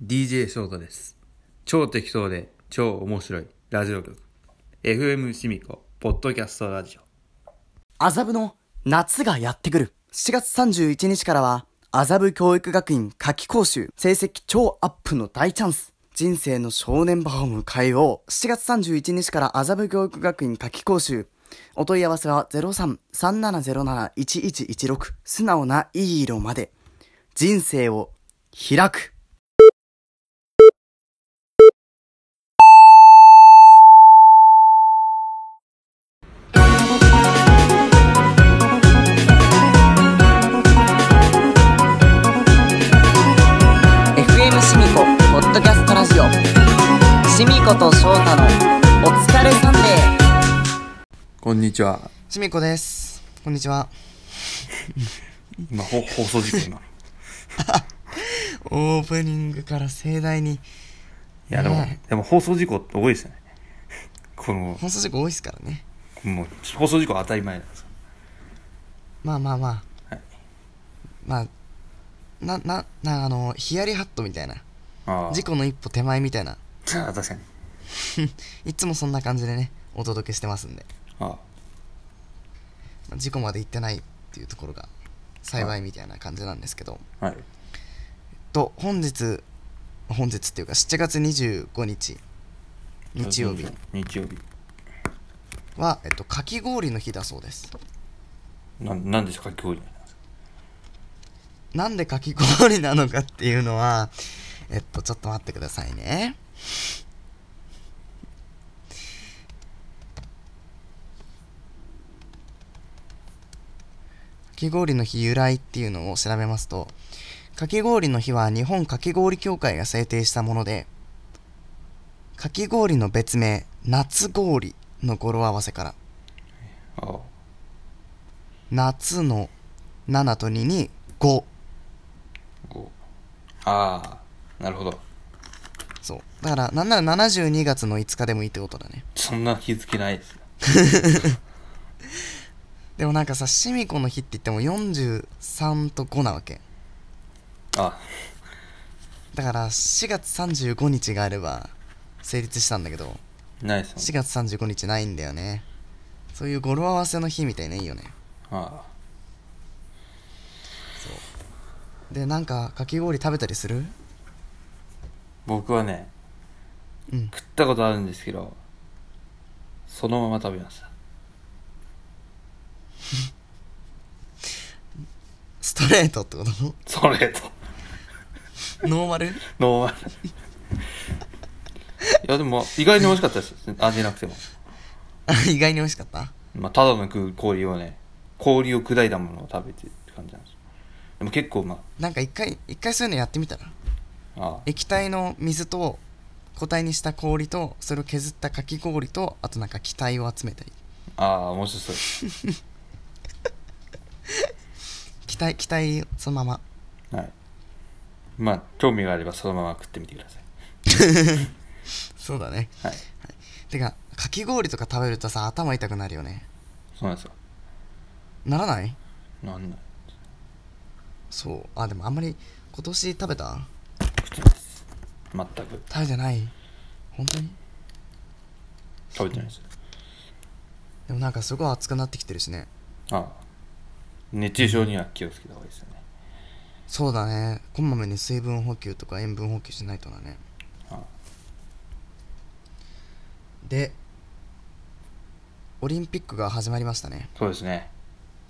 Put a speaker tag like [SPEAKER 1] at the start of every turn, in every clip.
[SPEAKER 1] DJ ショートです。超適当で超面白いラジオ局。FM シミコ、ポッドキャストラジオ。
[SPEAKER 2] 麻布の夏がやってくる。7月31日からは、麻布教育学院夏季講習、成績超アップの大チャンス。人生の正念場を迎えよう。7月31日から麻布教育学院夏季講習。お問い合わせは03-3707-1116。素直ないい色まで。人生を開く。
[SPEAKER 3] FM シミコポッドキャストラジオシミコと翔太の「お疲れサンデー
[SPEAKER 1] こんにちは。
[SPEAKER 2] しみこです。こんにちは。
[SPEAKER 1] 今、ほ放送事故 今。い
[SPEAKER 2] オープニングから盛大に、
[SPEAKER 1] や、でも
[SPEAKER 2] ね、
[SPEAKER 1] でも放送事故って多いですよね。この、
[SPEAKER 2] 放送事故多いですからね。
[SPEAKER 1] もう放送事故は当たり前なんですよ
[SPEAKER 2] まあまあまあ、
[SPEAKER 1] はい
[SPEAKER 2] まあなななあのヒヤリハットみたいな
[SPEAKER 1] ああ。
[SPEAKER 2] 事故の一歩手前みたいな
[SPEAKER 1] ああ確かに。
[SPEAKER 2] いつもそんな感じでねお届けしてますんで
[SPEAKER 1] あ
[SPEAKER 2] まあ事故まで行ってないっていうところが幸いみたいな感じなんですけど、
[SPEAKER 1] あ。はい。
[SPEAKER 2] と本日本日っていうか7月25日日曜日。
[SPEAKER 1] 日曜日。
[SPEAKER 2] は、えっと、かき氷の日だそうです
[SPEAKER 1] なん、なんでしょうか、今日なんですか。
[SPEAKER 2] なんでかき氷なのかっていうのはえっとちょっと待ってくださいねかき氷の日由来っていうのを調べますとかき氷の日は日本かき氷協会が制定したものでかき氷の別名夏氷の語呂合わせから
[SPEAKER 1] ああ。
[SPEAKER 2] 夏の7と2に5
[SPEAKER 1] こうああ。なるほど。
[SPEAKER 2] そう。だから、なんなら72月の5日でもいいってことだね。
[SPEAKER 1] そんな気づきないですね。
[SPEAKER 2] でもなんかさ、シミコの日って言っても43と5なわけ。
[SPEAKER 1] あ
[SPEAKER 2] だから、4月35日があれば成立したんだけど、
[SPEAKER 1] あ。ないですよね
[SPEAKER 2] 4。月35日ないんだよね。そういう語呂合わせの日みたいないいよね。
[SPEAKER 1] あ
[SPEAKER 2] で、なんか、かき氷食べたりする
[SPEAKER 1] あ僕はね
[SPEAKER 2] うん。
[SPEAKER 1] 食ったことあるんですけどそのまま食べました
[SPEAKER 2] ストレートってこと
[SPEAKER 1] それと
[SPEAKER 2] ノーマル
[SPEAKER 1] ノーマルいやでも意外に美味しかったです味なくても、
[SPEAKER 2] あ意外に美味しかった
[SPEAKER 1] まあ、ただのく氷をね氷を砕いたものを食べてって感じなんですよでも結構ま
[SPEAKER 2] なんか一回、一回そういうのやってみたら
[SPEAKER 1] ああ
[SPEAKER 2] 液体の水と固体にした氷とそれを削ったかき氷とあとなんか気体を集めたり
[SPEAKER 1] ああ面白そうです
[SPEAKER 2] 気体気体そのまま
[SPEAKER 1] はいまあ興味があればそのまま食ってみてください
[SPEAKER 2] そうだね
[SPEAKER 1] はい
[SPEAKER 2] てかかき氷とか食べるとさ頭痛くなるよね
[SPEAKER 1] そうなんですよ
[SPEAKER 2] ならない
[SPEAKER 1] なんない
[SPEAKER 2] そうあでもあんまり今年食べた
[SPEAKER 1] 食ってないです全く
[SPEAKER 2] 食べてない本当に
[SPEAKER 1] 食べてないです
[SPEAKER 2] でもなんかすごい暑くなってきてるしね
[SPEAKER 1] ああ熱中症には気をつけた方がいいですよね
[SPEAKER 2] そうだねこまめに水分補給とか塩分補給しないとだね
[SPEAKER 1] ああ
[SPEAKER 2] でオリンピックが始まりましたね
[SPEAKER 1] そうですね。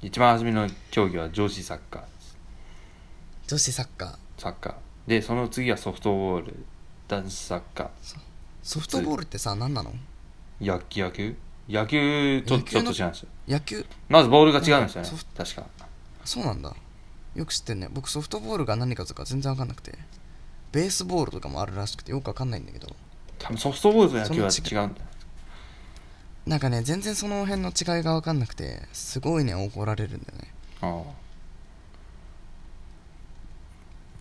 [SPEAKER 1] 一番初めの競技は女子サッカーです。
[SPEAKER 2] 女子サッカー
[SPEAKER 1] サッカー。で、その次はソフトボール、男子サッカ
[SPEAKER 2] ソフトボールってさ何なの
[SPEAKER 1] ー、野球、野球野球と
[SPEAKER 2] 野
[SPEAKER 1] ち
[SPEAKER 2] 球
[SPEAKER 1] ょっ
[SPEAKER 2] の
[SPEAKER 1] と違うんですよ。
[SPEAKER 2] 野球
[SPEAKER 1] まずボールが違うんですよね
[SPEAKER 2] ソフ。
[SPEAKER 1] 確か。
[SPEAKER 2] そうなんだよく知ってんね僕ソフトボールが何かとか全然わかんなくてベースボールとかもあるらしくてよくわかんないんだけど
[SPEAKER 1] 多分ソフトボールと野球は違うん
[SPEAKER 2] そ
[SPEAKER 1] だよ。
[SPEAKER 2] なんかね全然その辺の違いがわかんなくてすごいね怒られるんだよね
[SPEAKER 1] ああ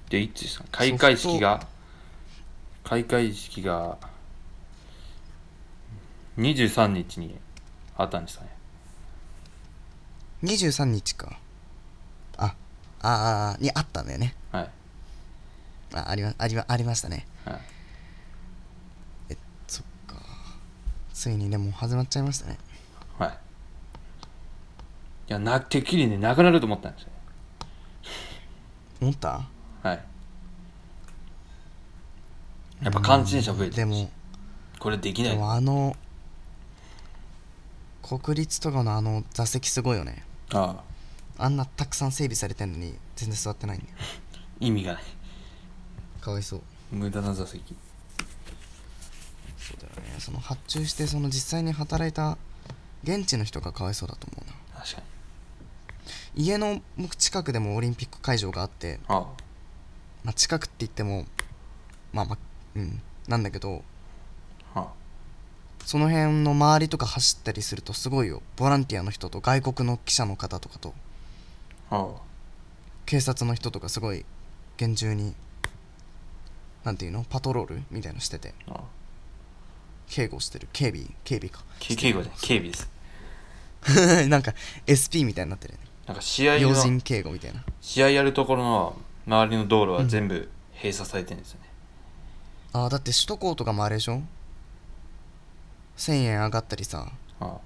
[SPEAKER 1] で、いつですか開会式が、開会式が、23日にあったんですかね。
[SPEAKER 2] 23日かああーにあったんだよね
[SPEAKER 1] はい。
[SPEAKER 2] あありまありまありましたね
[SPEAKER 1] はい
[SPEAKER 2] そっかついにでも始まっちゃいましたね
[SPEAKER 1] はいいやなてっきりねなくなると思ったんですよ
[SPEAKER 2] 思った
[SPEAKER 1] はいやっぱ感染者増えて
[SPEAKER 2] で
[SPEAKER 1] るし
[SPEAKER 2] も
[SPEAKER 1] これできな
[SPEAKER 2] で
[SPEAKER 1] い
[SPEAKER 2] もあの国立とかのあの座席すごいよね
[SPEAKER 1] ああ
[SPEAKER 2] あんなたくさん整備されてんのに全然座ってないんだよ
[SPEAKER 1] 意味がない
[SPEAKER 2] かわいそう
[SPEAKER 1] 無駄な座席
[SPEAKER 2] そうだよねその発注してその実際に働いた現地の人がかわいそうだと思うな
[SPEAKER 1] 確かに
[SPEAKER 2] 家の僕近くでもオリンピック会場があって、
[SPEAKER 1] あ
[SPEAKER 2] まあ、近くって言ってもまあまあうんなんだけど
[SPEAKER 1] ああ
[SPEAKER 2] その辺の周りとか走ったりするとすごいよボランティアの人と外国の記者の方とかと
[SPEAKER 1] ああ
[SPEAKER 2] 警察の人とかすごい厳重になんていうのパトロールみたいのしてて
[SPEAKER 1] ああ
[SPEAKER 2] 警護してる警備警備か
[SPEAKER 1] け警護で警備です
[SPEAKER 2] なんか SP みたいになってるよね
[SPEAKER 1] なんか試合
[SPEAKER 2] 要
[SPEAKER 1] の
[SPEAKER 2] 人警護みたいな
[SPEAKER 1] 試合やるところの周りの道路は全部閉鎖されてるんですよね、
[SPEAKER 2] あーだって首都高とかもあれでしょ1000円上がったりさ
[SPEAKER 1] ああ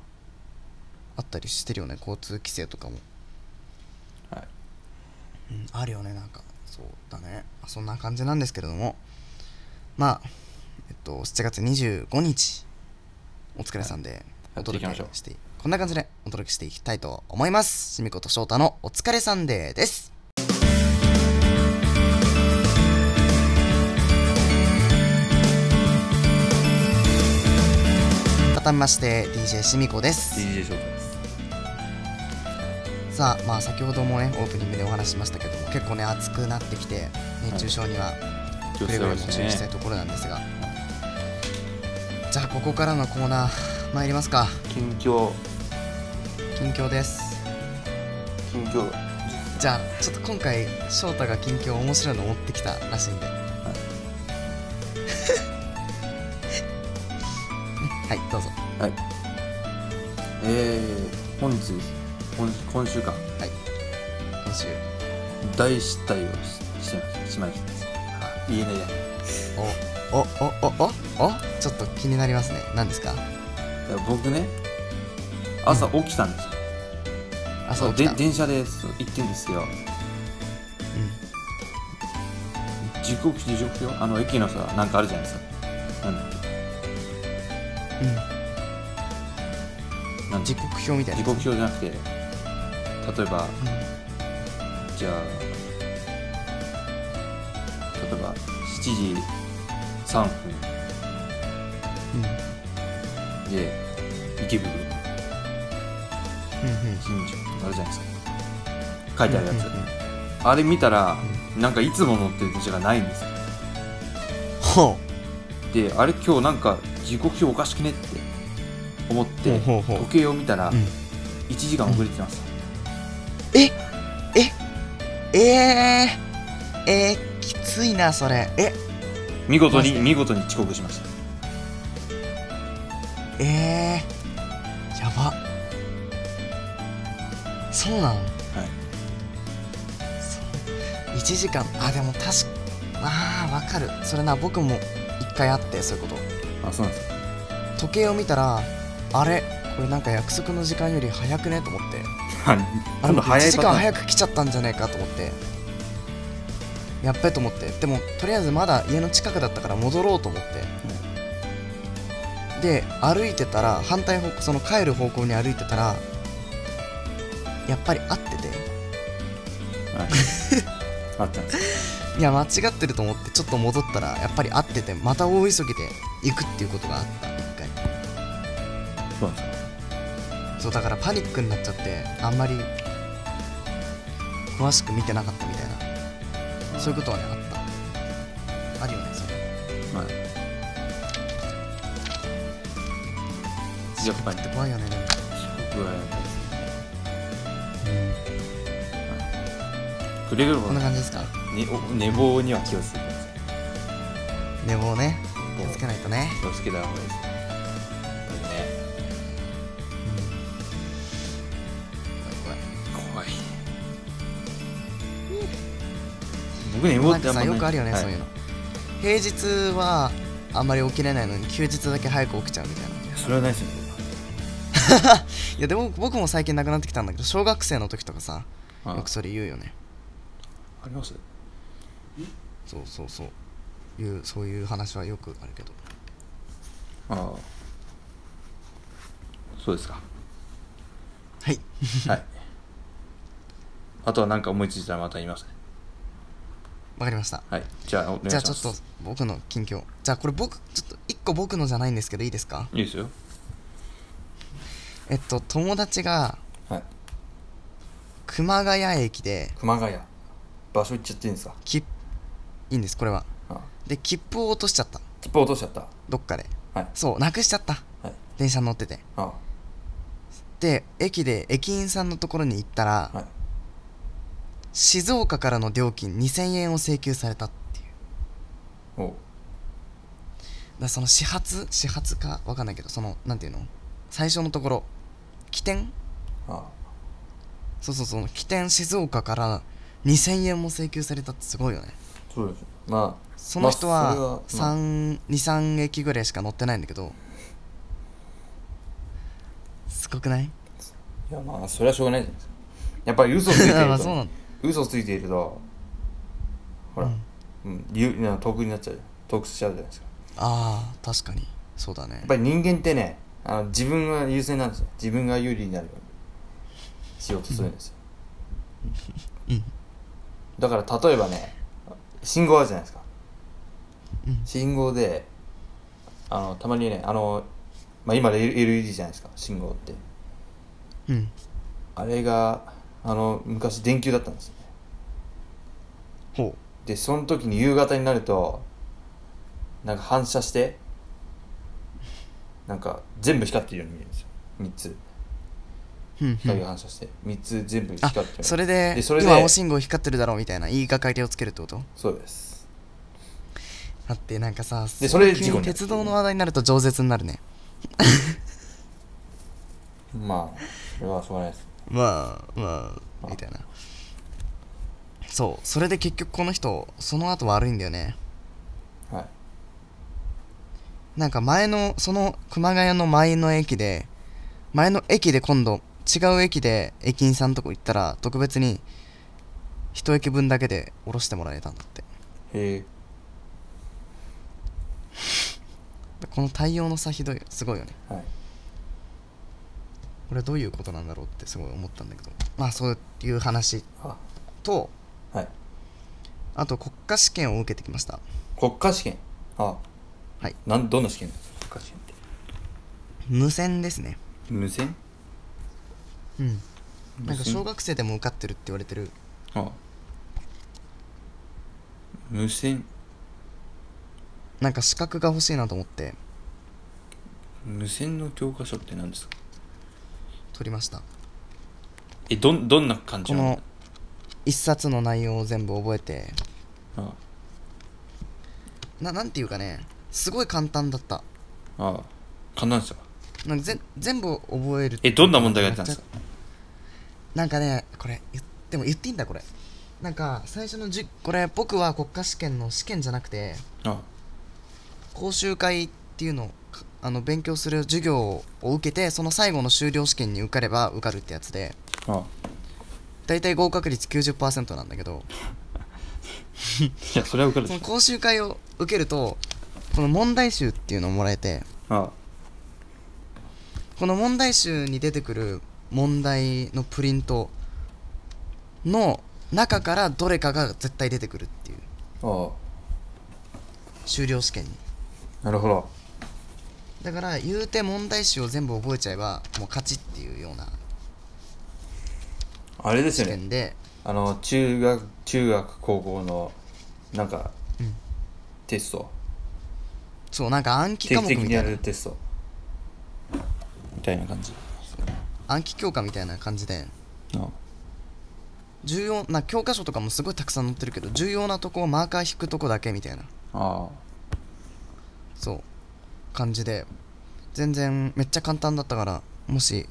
[SPEAKER 2] あったりしてるよね交通規制とかも
[SPEAKER 1] はい
[SPEAKER 2] うんあるよねなんかそうだねまあそんな感じなんですけれどもまあえっと7月25日お疲れさんで
[SPEAKER 1] はい
[SPEAKER 2] お届
[SPEAKER 1] やっていきましょう
[SPEAKER 2] けして、こんな感じでお届けしていきたいと思いますしみことしょうたのお疲れサンデーです改めまして DJ しみこです、
[SPEAKER 1] DJ 翔太です
[SPEAKER 2] さあまあ先ほどもねオープニングでお話ししましたけども結構ね暑くなってきて熱中症には
[SPEAKER 1] 気を
[SPEAKER 2] く
[SPEAKER 1] つ
[SPEAKER 2] れ
[SPEAKER 1] け
[SPEAKER 2] ぐ
[SPEAKER 1] ろ
[SPEAKER 2] れ
[SPEAKER 1] で
[SPEAKER 2] も
[SPEAKER 1] す
[SPEAKER 2] 注意したい
[SPEAKER 1] ね
[SPEAKER 2] ところなんですが、じゃあここからのコーナー参りますか
[SPEAKER 1] 近況
[SPEAKER 2] 近況です
[SPEAKER 1] 近況
[SPEAKER 2] じゃあちょっと今回翔太が近況面白いの持ってきたらしい んではいどうぞ
[SPEAKER 1] はいえー、本日今今週間
[SPEAKER 2] はい今週
[SPEAKER 1] 大失態をししてしまいました言えないや
[SPEAKER 2] おおおおおおちょっと気になりますね何ですか
[SPEAKER 1] いや僕ね朝起きたんですよ、
[SPEAKER 2] あそう
[SPEAKER 1] で
[SPEAKER 2] 来た
[SPEAKER 1] 電車でそう行ってんですよ
[SPEAKER 2] うん
[SPEAKER 1] 時刻表時刻表あの駅のさなんかあるじゃないですかなんだっけなんだ時
[SPEAKER 2] うん、時
[SPEAKER 1] 刻
[SPEAKER 2] 刻表みたいな
[SPEAKER 1] 表じゃなくて例えばじゃあ例えば7時3
[SPEAKER 2] うんうん
[SPEAKER 1] 分で池袋
[SPEAKER 2] うんうん
[SPEAKER 1] 新宿とかあるじゃないですか書いてあるやつ、
[SPEAKER 2] うんうんうん
[SPEAKER 1] あれ見たら、なんかいつも乗ってる電車がないんですよ
[SPEAKER 2] ほ
[SPEAKER 1] であれ今日なんか時刻表おかしくねって思って
[SPEAKER 2] ほうほうほう
[SPEAKER 1] 時計を見たら
[SPEAKER 2] う、うん、
[SPEAKER 1] 1時間遅れてます、
[SPEAKER 2] えええー、えー、きついなそれえ
[SPEAKER 1] 見事
[SPEAKER 2] マジ
[SPEAKER 1] に
[SPEAKER 2] で
[SPEAKER 1] 見事に遅刻しました
[SPEAKER 2] えー、やばそうなの
[SPEAKER 1] はい
[SPEAKER 2] そう1時間あでも確かあーわかるそれな僕も一回あってそういうこと
[SPEAKER 1] あそうなんですか
[SPEAKER 2] 時計を見たらあれこれなんか約束の時間より早くねと思ってあれも1時間早く来ちゃったんじゃないかと思ってやっべと思ってでもとりあえずまだ家の近くだったから戻ろうと思って、で歩いてたら反対方向その帰る方向に歩いてたらやっぱり合ってて
[SPEAKER 1] はいあったんです
[SPEAKER 2] いや間違ってると思ってちょっと戻ったらやっぱり合っててまた大急ぎで行くっていうことがあった一回
[SPEAKER 1] そうなんです
[SPEAKER 2] そうだからパニックになっちゃってあんまり詳しく見てなかったみたいなそういうことはねあったあるよねそれ
[SPEAKER 1] かはいやっぱり
[SPEAKER 2] って怖いよねでも
[SPEAKER 1] 遅刻はやっぱりくれぐれも
[SPEAKER 2] こんな感じですか
[SPEAKER 1] ねお寝坊には気をつけてください
[SPEAKER 2] 寝坊ね気をつけないとね
[SPEAKER 1] 気をつけた方がいいですこれね
[SPEAKER 2] 怖い怖
[SPEAKER 1] 怖
[SPEAKER 2] い
[SPEAKER 1] い僕ね、英語
[SPEAKER 2] な
[SPEAKER 1] っ
[SPEAKER 2] ん
[SPEAKER 1] て
[SPEAKER 2] か
[SPEAKER 1] あんま
[SPEAKER 2] さ
[SPEAKER 1] ない
[SPEAKER 2] よくあるよね、そういうの平日はあんまり起きれないのに休日だけ早く起きちゃうみたいない
[SPEAKER 1] それはないですよね
[SPEAKER 2] やでも僕も最近なくなってきたんだけど小学生の時とかさ
[SPEAKER 1] あ
[SPEAKER 2] よくそれ言うよね
[SPEAKER 1] あります
[SPEAKER 2] そうそうそういうそういう話はよくあるけど
[SPEAKER 1] ああそう ですか
[SPEAKER 2] はい
[SPEAKER 1] はいあとは何か思いついたらまた言いますね
[SPEAKER 2] わかりました
[SPEAKER 1] はいじゃあお願いし
[SPEAKER 2] じゃ
[SPEAKER 1] ま
[SPEAKER 2] あ
[SPEAKER 1] す
[SPEAKER 2] ちょっと僕の近況じゃあこれ僕ちょっと一個僕のじゃないんですけどいいですか
[SPEAKER 1] いいですよ
[SPEAKER 2] えっと友達が
[SPEAKER 1] はい
[SPEAKER 2] 熊谷駅で
[SPEAKER 1] 熊谷場所行っちゃっていいんですか
[SPEAKER 2] 切符いいんですこれは
[SPEAKER 1] ああ
[SPEAKER 2] で切符を落としちゃった
[SPEAKER 1] 切符落としちゃった
[SPEAKER 2] どっかで
[SPEAKER 1] はい
[SPEAKER 2] そうなくしちゃった
[SPEAKER 1] はい
[SPEAKER 2] 電車乗ってて
[SPEAKER 1] あ
[SPEAKER 2] で駅で駅員さんのところに行ったら、
[SPEAKER 1] あはい
[SPEAKER 2] 静岡からの料金2000円を請求されたっていうだか
[SPEAKER 1] おう
[SPEAKER 2] らその始発始発かわかんないけどそのなんていうの最初のところ起点
[SPEAKER 1] あ
[SPEAKER 2] そうそうそう起点静岡から2000円も請求されたってすごいよね
[SPEAKER 1] あそうですまあ
[SPEAKER 2] その人
[SPEAKER 1] まあそれ
[SPEAKER 2] は
[SPEAKER 1] まあ
[SPEAKER 2] 323駅ぐらいしか乗ってないんだけどすごくない
[SPEAKER 1] いやまあそれはしょうがないじゃないですかやっぱり嘘ついてる
[SPEAKER 2] まあ
[SPEAKER 1] と
[SPEAKER 2] そうなの
[SPEAKER 1] 嘘ついているとほら、うん理由な得になっちゃう得しちゃうじゃないですか
[SPEAKER 2] ああ確かにそうだね
[SPEAKER 1] やっぱり人間ってねあの自分が優先なんですよ自分が有利になるようにしようとするんですよ、だから例えばね信号あるじゃないですか、
[SPEAKER 2] うん
[SPEAKER 1] 信号であのたまにねあの、まあ、今 L- LED じゃないですか信号って
[SPEAKER 2] うん
[SPEAKER 1] あれがあの昔電球だったんですよね
[SPEAKER 2] ほ
[SPEAKER 1] でその時に夕方になるとなんか反射してなんか全部光ってるように見えるんですよ3つ
[SPEAKER 2] ううんうん
[SPEAKER 1] 光が反射して3つ全部光
[SPEAKER 2] あ
[SPEAKER 1] ってるように見える
[SPEAKER 2] それで
[SPEAKER 1] でそれで
[SPEAKER 2] 今青信号光ってるだろうみたいな言いがかりをつけるってこと
[SPEAKER 1] そうです
[SPEAKER 2] だってなんかさ
[SPEAKER 1] でそれで事
[SPEAKER 2] 急
[SPEAKER 1] 故になる
[SPEAKER 2] 鉄道の話題になると饒舌になるね
[SPEAKER 1] まあそれはしょうがないです
[SPEAKER 2] まあまあみたいなそうそれで結局この人その後悪いんだよね
[SPEAKER 1] はい
[SPEAKER 2] なんか前のその熊谷の前の駅で前の駅で今度違う駅で駅員さんのとこ行ったら特別に一駅分だけで降ろしてもらえたんだって
[SPEAKER 1] へえ
[SPEAKER 2] でこの対応の差ひどいすごいよね
[SPEAKER 1] はい
[SPEAKER 2] これどういうことなんだろうってすごい思ったんだけどまあそういう話
[SPEAKER 1] あ
[SPEAKER 2] と
[SPEAKER 1] はい
[SPEAKER 2] あと国家試験を受けてきました
[SPEAKER 1] 国家試験あ
[SPEAKER 2] はい
[SPEAKER 1] なんどんな試験なんですか国家試験って
[SPEAKER 2] 無線ですね
[SPEAKER 1] 無線
[SPEAKER 2] うんなんか
[SPEAKER 1] 無線
[SPEAKER 2] 小学生でも受かってるって言われてる
[SPEAKER 1] あ無線
[SPEAKER 2] なんか資格が欲しいなと思って
[SPEAKER 1] 無線の教科書って何ですか
[SPEAKER 2] 取りました
[SPEAKER 1] えどんどんな感じ
[SPEAKER 2] こ
[SPEAKER 1] な
[SPEAKER 2] の一冊の内容を全部覚えて
[SPEAKER 1] あ
[SPEAKER 2] ななんていうかねすごい簡単だった
[SPEAKER 1] ああ簡単ですよ
[SPEAKER 2] なんかぜん全部覚える
[SPEAKER 1] えどんな問題がやったんですか
[SPEAKER 2] なんかねこれ言っても言っていいんだこれなんか最初のじゅこれ僕は国家試験の試験じゃなくて
[SPEAKER 1] あ
[SPEAKER 2] 講習会っていうのをかあの勉強する授業を受けてその最後の修了試験に受かれば受かるってやつで
[SPEAKER 1] ああ
[SPEAKER 2] 大体合格率90%なんだけど
[SPEAKER 1] いやそれは受かる
[SPEAKER 2] そ
[SPEAKER 1] で
[SPEAKER 2] の
[SPEAKER 1] しょ
[SPEAKER 2] 講習会を受けるとこの問題集っていうのをもらえて
[SPEAKER 1] あ
[SPEAKER 2] この問題集に出てくる問題のプリントの中からどれかが絶対出てくるっていう
[SPEAKER 1] ああ
[SPEAKER 2] 修了試験に
[SPEAKER 1] あなるほど
[SPEAKER 2] だから言うて問題集を全部覚えちゃえばもう勝ちっていうような
[SPEAKER 1] あれです
[SPEAKER 2] 試
[SPEAKER 1] よね
[SPEAKER 2] 験で
[SPEAKER 1] あの中学中学高校のなんか、
[SPEAKER 2] うん
[SPEAKER 1] テスト
[SPEAKER 2] そうなんか暗記
[SPEAKER 1] 定
[SPEAKER 2] 科
[SPEAKER 1] 期
[SPEAKER 2] 目
[SPEAKER 1] 的
[SPEAKER 2] み
[SPEAKER 1] に
[SPEAKER 2] た
[SPEAKER 1] や
[SPEAKER 2] いな
[SPEAKER 1] るテストみたいな感じ
[SPEAKER 2] 暗記教科みたいな感じで
[SPEAKER 1] あ
[SPEAKER 2] 重要な教科書とかもすごいたくさん載ってるけど重要なとこをマーカー引くとこだけみたいな
[SPEAKER 1] あ
[SPEAKER 2] そう感じで全然めっちゃ簡単だったからもし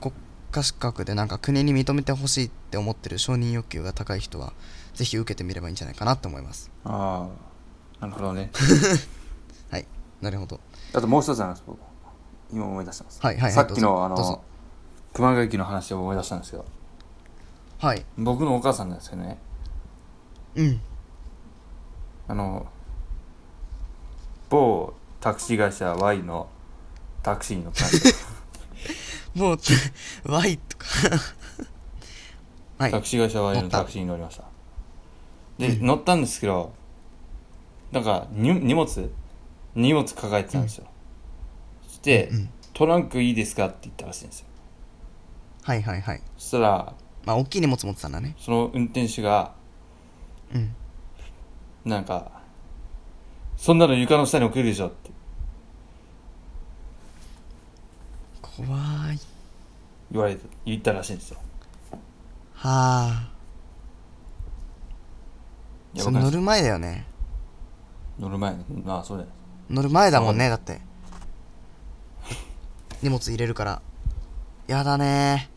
[SPEAKER 2] 国家資格でなんか国に認めてほしいって思ってる承認欲求が高い人はぜひ受けてみればいいんじゃないかなと思います
[SPEAKER 1] ああなるほどね
[SPEAKER 2] はいなるほど
[SPEAKER 1] あともう一つなんです僕今思い出してます、
[SPEAKER 2] はいはいはい
[SPEAKER 1] さっき
[SPEAKER 2] どうぞ
[SPEAKER 1] のあ
[SPEAKER 2] どうぞ
[SPEAKER 1] の熊谷駅の話を思い出したんですけど
[SPEAKER 2] はい
[SPEAKER 1] 僕のお母さんなんですけどね
[SPEAKER 2] うん
[SPEAKER 1] あの某タクシー会社 Y のタクシーに乗ったんですよ
[SPEAKER 2] もう Y とか はい
[SPEAKER 1] タクシー会社 Y
[SPEAKER 2] 乗
[SPEAKER 1] の
[SPEAKER 2] った
[SPEAKER 1] タクシーに乗りましたで乗ったんですけどなんかに荷物荷物抱えてたんですよ、そして、
[SPEAKER 2] うん
[SPEAKER 1] トランクいいですか?」って言ったらしいんですよ
[SPEAKER 2] はいはいはい
[SPEAKER 1] そしたら
[SPEAKER 2] まあ大きい荷物持ってたんだね
[SPEAKER 1] その運転手が
[SPEAKER 2] うん
[SPEAKER 1] なんか「そんなの床の下に置けるでしょ」って
[SPEAKER 2] 怖い
[SPEAKER 1] 言われて言ったらしいんですよ
[SPEAKER 2] はあ
[SPEAKER 1] いや
[SPEAKER 2] そ
[SPEAKER 1] わか
[SPEAKER 2] の
[SPEAKER 1] んな
[SPEAKER 2] 乗
[SPEAKER 1] い
[SPEAKER 2] る前だよね
[SPEAKER 1] 乗る前にまあそうだよ
[SPEAKER 2] 乗る前だもんねだって荷物入れるからやだね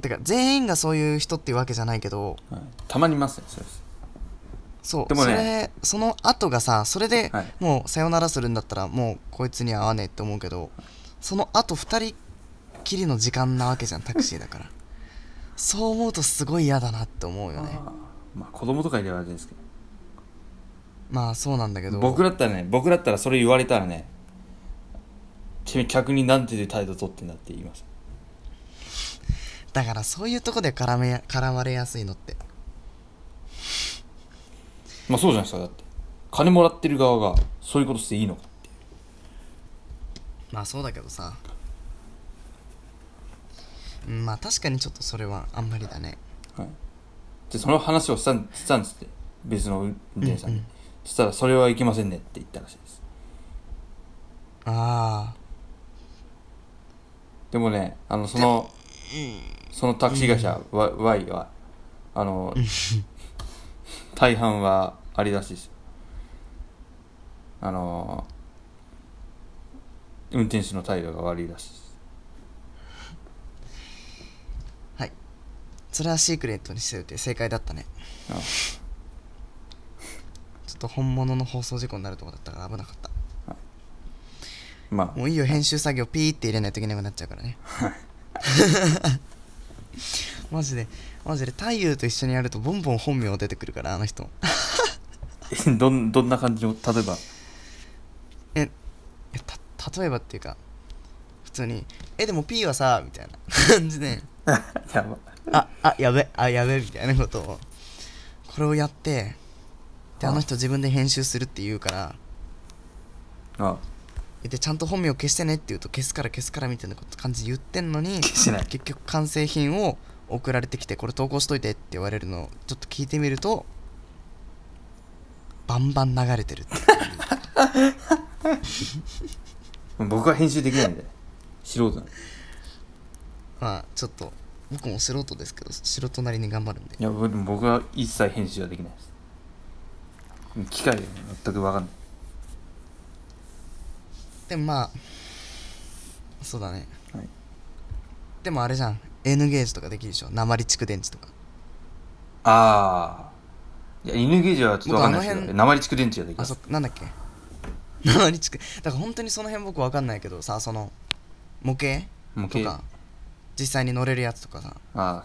[SPEAKER 2] てか全員がそういう人っていうわけじゃないけど
[SPEAKER 1] はいたまにいますねそうです
[SPEAKER 2] そう
[SPEAKER 1] でもね
[SPEAKER 2] それその後がさそれで
[SPEAKER 1] はい
[SPEAKER 2] もうさよならするんだったらもうこいつには合わねえって思うけどその後二人きりの時間なわけじゃんタクシーだから そう思うとすごい嫌だなって思うよね
[SPEAKER 1] あーまあ子供とかいればあれですけ
[SPEAKER 2] まあそうなんだけ
[SPEAKER 1] ど
[SPEAKER 2] ど
[SPEAKER 1] 僕だったらね僕だったらそれ言われたらね君客になんていう態度取ってんだって言います
[SPEAKER 2] だからそういうとこで絡めや絡まれやすいのって
[SPEAKER 1] まあそうじゃないですかだって金もらってる側がそういうことしていいのかって
[SPEAKER 2] まあそうだけどさうんまあ確かにちょっとそれはあんまりだね
[SPEAKER 1] はい、でその話をしたんしたんですって別の運転手さんに、そしたら「それはいけませんね」って言ったらしいです
[SPEAKER 2] ああ
[SPEAKER 1] でもねあのそのそのタクシー会社 Y, y はあの大半はありらしいですよあの運転手の態度が悪いらしいです
[SPEAKER 2] はいそれはシークレットにしておいて正解だったね
[SPEAKER 1] あ
[SPEAKER 2] ちょっと本物の放送事故になるとこだったから危なかった
[SPEAKER 1] まあ
[SPEAKER 2] もういいよ編集作業ピーって入れないといけなくなっちゃうか らねマジでマジで太陽と一緒にやるとボンボン本名出てくるからあの人
[SPEAKER 1] どんどんな感じの例えば
[SPEAKER 2] ええた例えばっていうか普通に「えでも P はさ」みたいな感じで
[SPEAKER 1] やば
[SPEAKER 2] あ、あ、やべ、あ、やべ、みたいなことを。これをやって、で、あの人自分で編集するって言うから、
[SPEAKER 1] あ
[SPEAKER 2] で、ちゃんと本名を消してねって言うと、消すから消すからみたいなこと感じで言ってんのに、
[SPEAKER 1] 消してない
[SPEAKER 2] 結局完成品を送られてきて、これ投稿しといてって言われるのを、ちょっと聞いてみると、バンバン流れてるって。
[SPEAKER 1] 僕は編集できないんで素人なんで
[SPEAKER 2] まあ、ちょっと、僕も素人ですけど、素人なりに頑張るんで。
[SPEAKER 1] いや僕でも僕は一切編集はできないです機械で全く分かんない
[SPEAKER 2] でもまあ、そうだね。
[SPEAKER 1] はい
[SPEAKER 2] でもあれじゃん N ゲージとかできるでしょ鉛蓄電池とか
[SPEAKER 1] ああいや犬ゲージはちょっと分かんないですけ
[SPEAKER 2] 僕あの
[SPEAKER 1] ど
[SPEAKER 2] 辺
[SPEAKER 1] 鉛蓄電池ができ
[SPEAKER 2] あ
[SPEAKER 1] ま
[SPEAKER 2] そ
[SPEAKER 1] す
[SPEAKER 2] っなんだっけ鉛蓄だから本当にその辺僕わかんないけどさその模型
[SPEAKER 1] 模型
[SPEAKER 2] とか実際に乗れるやつとかさ
[SPEAKER 1] ああ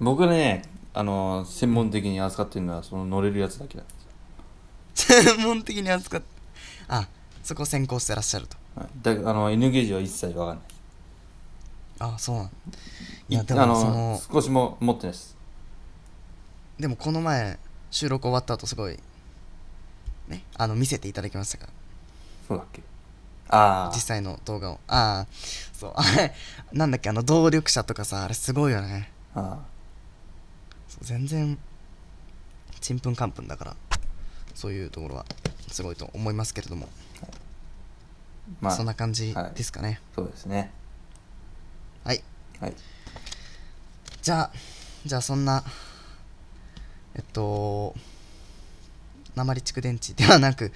[SPEAKER 1] 僕がねあのー専門的に扱ってるのはその乗れるやつだけなんですよ、
[SPEAKER 2] 専門的に扱ってあそこ先行してらっしゃると
[SPEAKER 1] はい、だあの N ゲージは一切分かんない
[SPEAKER 2] あそうなんい
[SPEAKER 1] い
[SPEAKER 2] やでも
[SPEAKER 1] あの
[SPEAKER 2] その
[SPEAKER 1] 少しも持ってないです
[SPEAKER 2] でもこの前収録終わった後すごいねあの見せていただきましたから
[SPEAKER 1] そうだっけああ
[SPEAKER 2] 実際の動画をああそうあれなんだっけあの動力車とかさあれすごいよね
[SPEAKER 1] あ
[SPEAKER 2] そう全然ちんぷんかんぷんだからそういうところはすごいと思いますけれども、
[SPEAKER 1] あまあ
[SPEAKER 2] そんな感じ
[SPEAKER 1] はい
[SPEAKER 2] ですかね
[SPEAKER 1] そうですね
[SPEAKER 2] はい、
[SPEAKER 1] はい
[SPEAKER 2] じゃあじゃあそんなえっと鉛蓄電池ではなく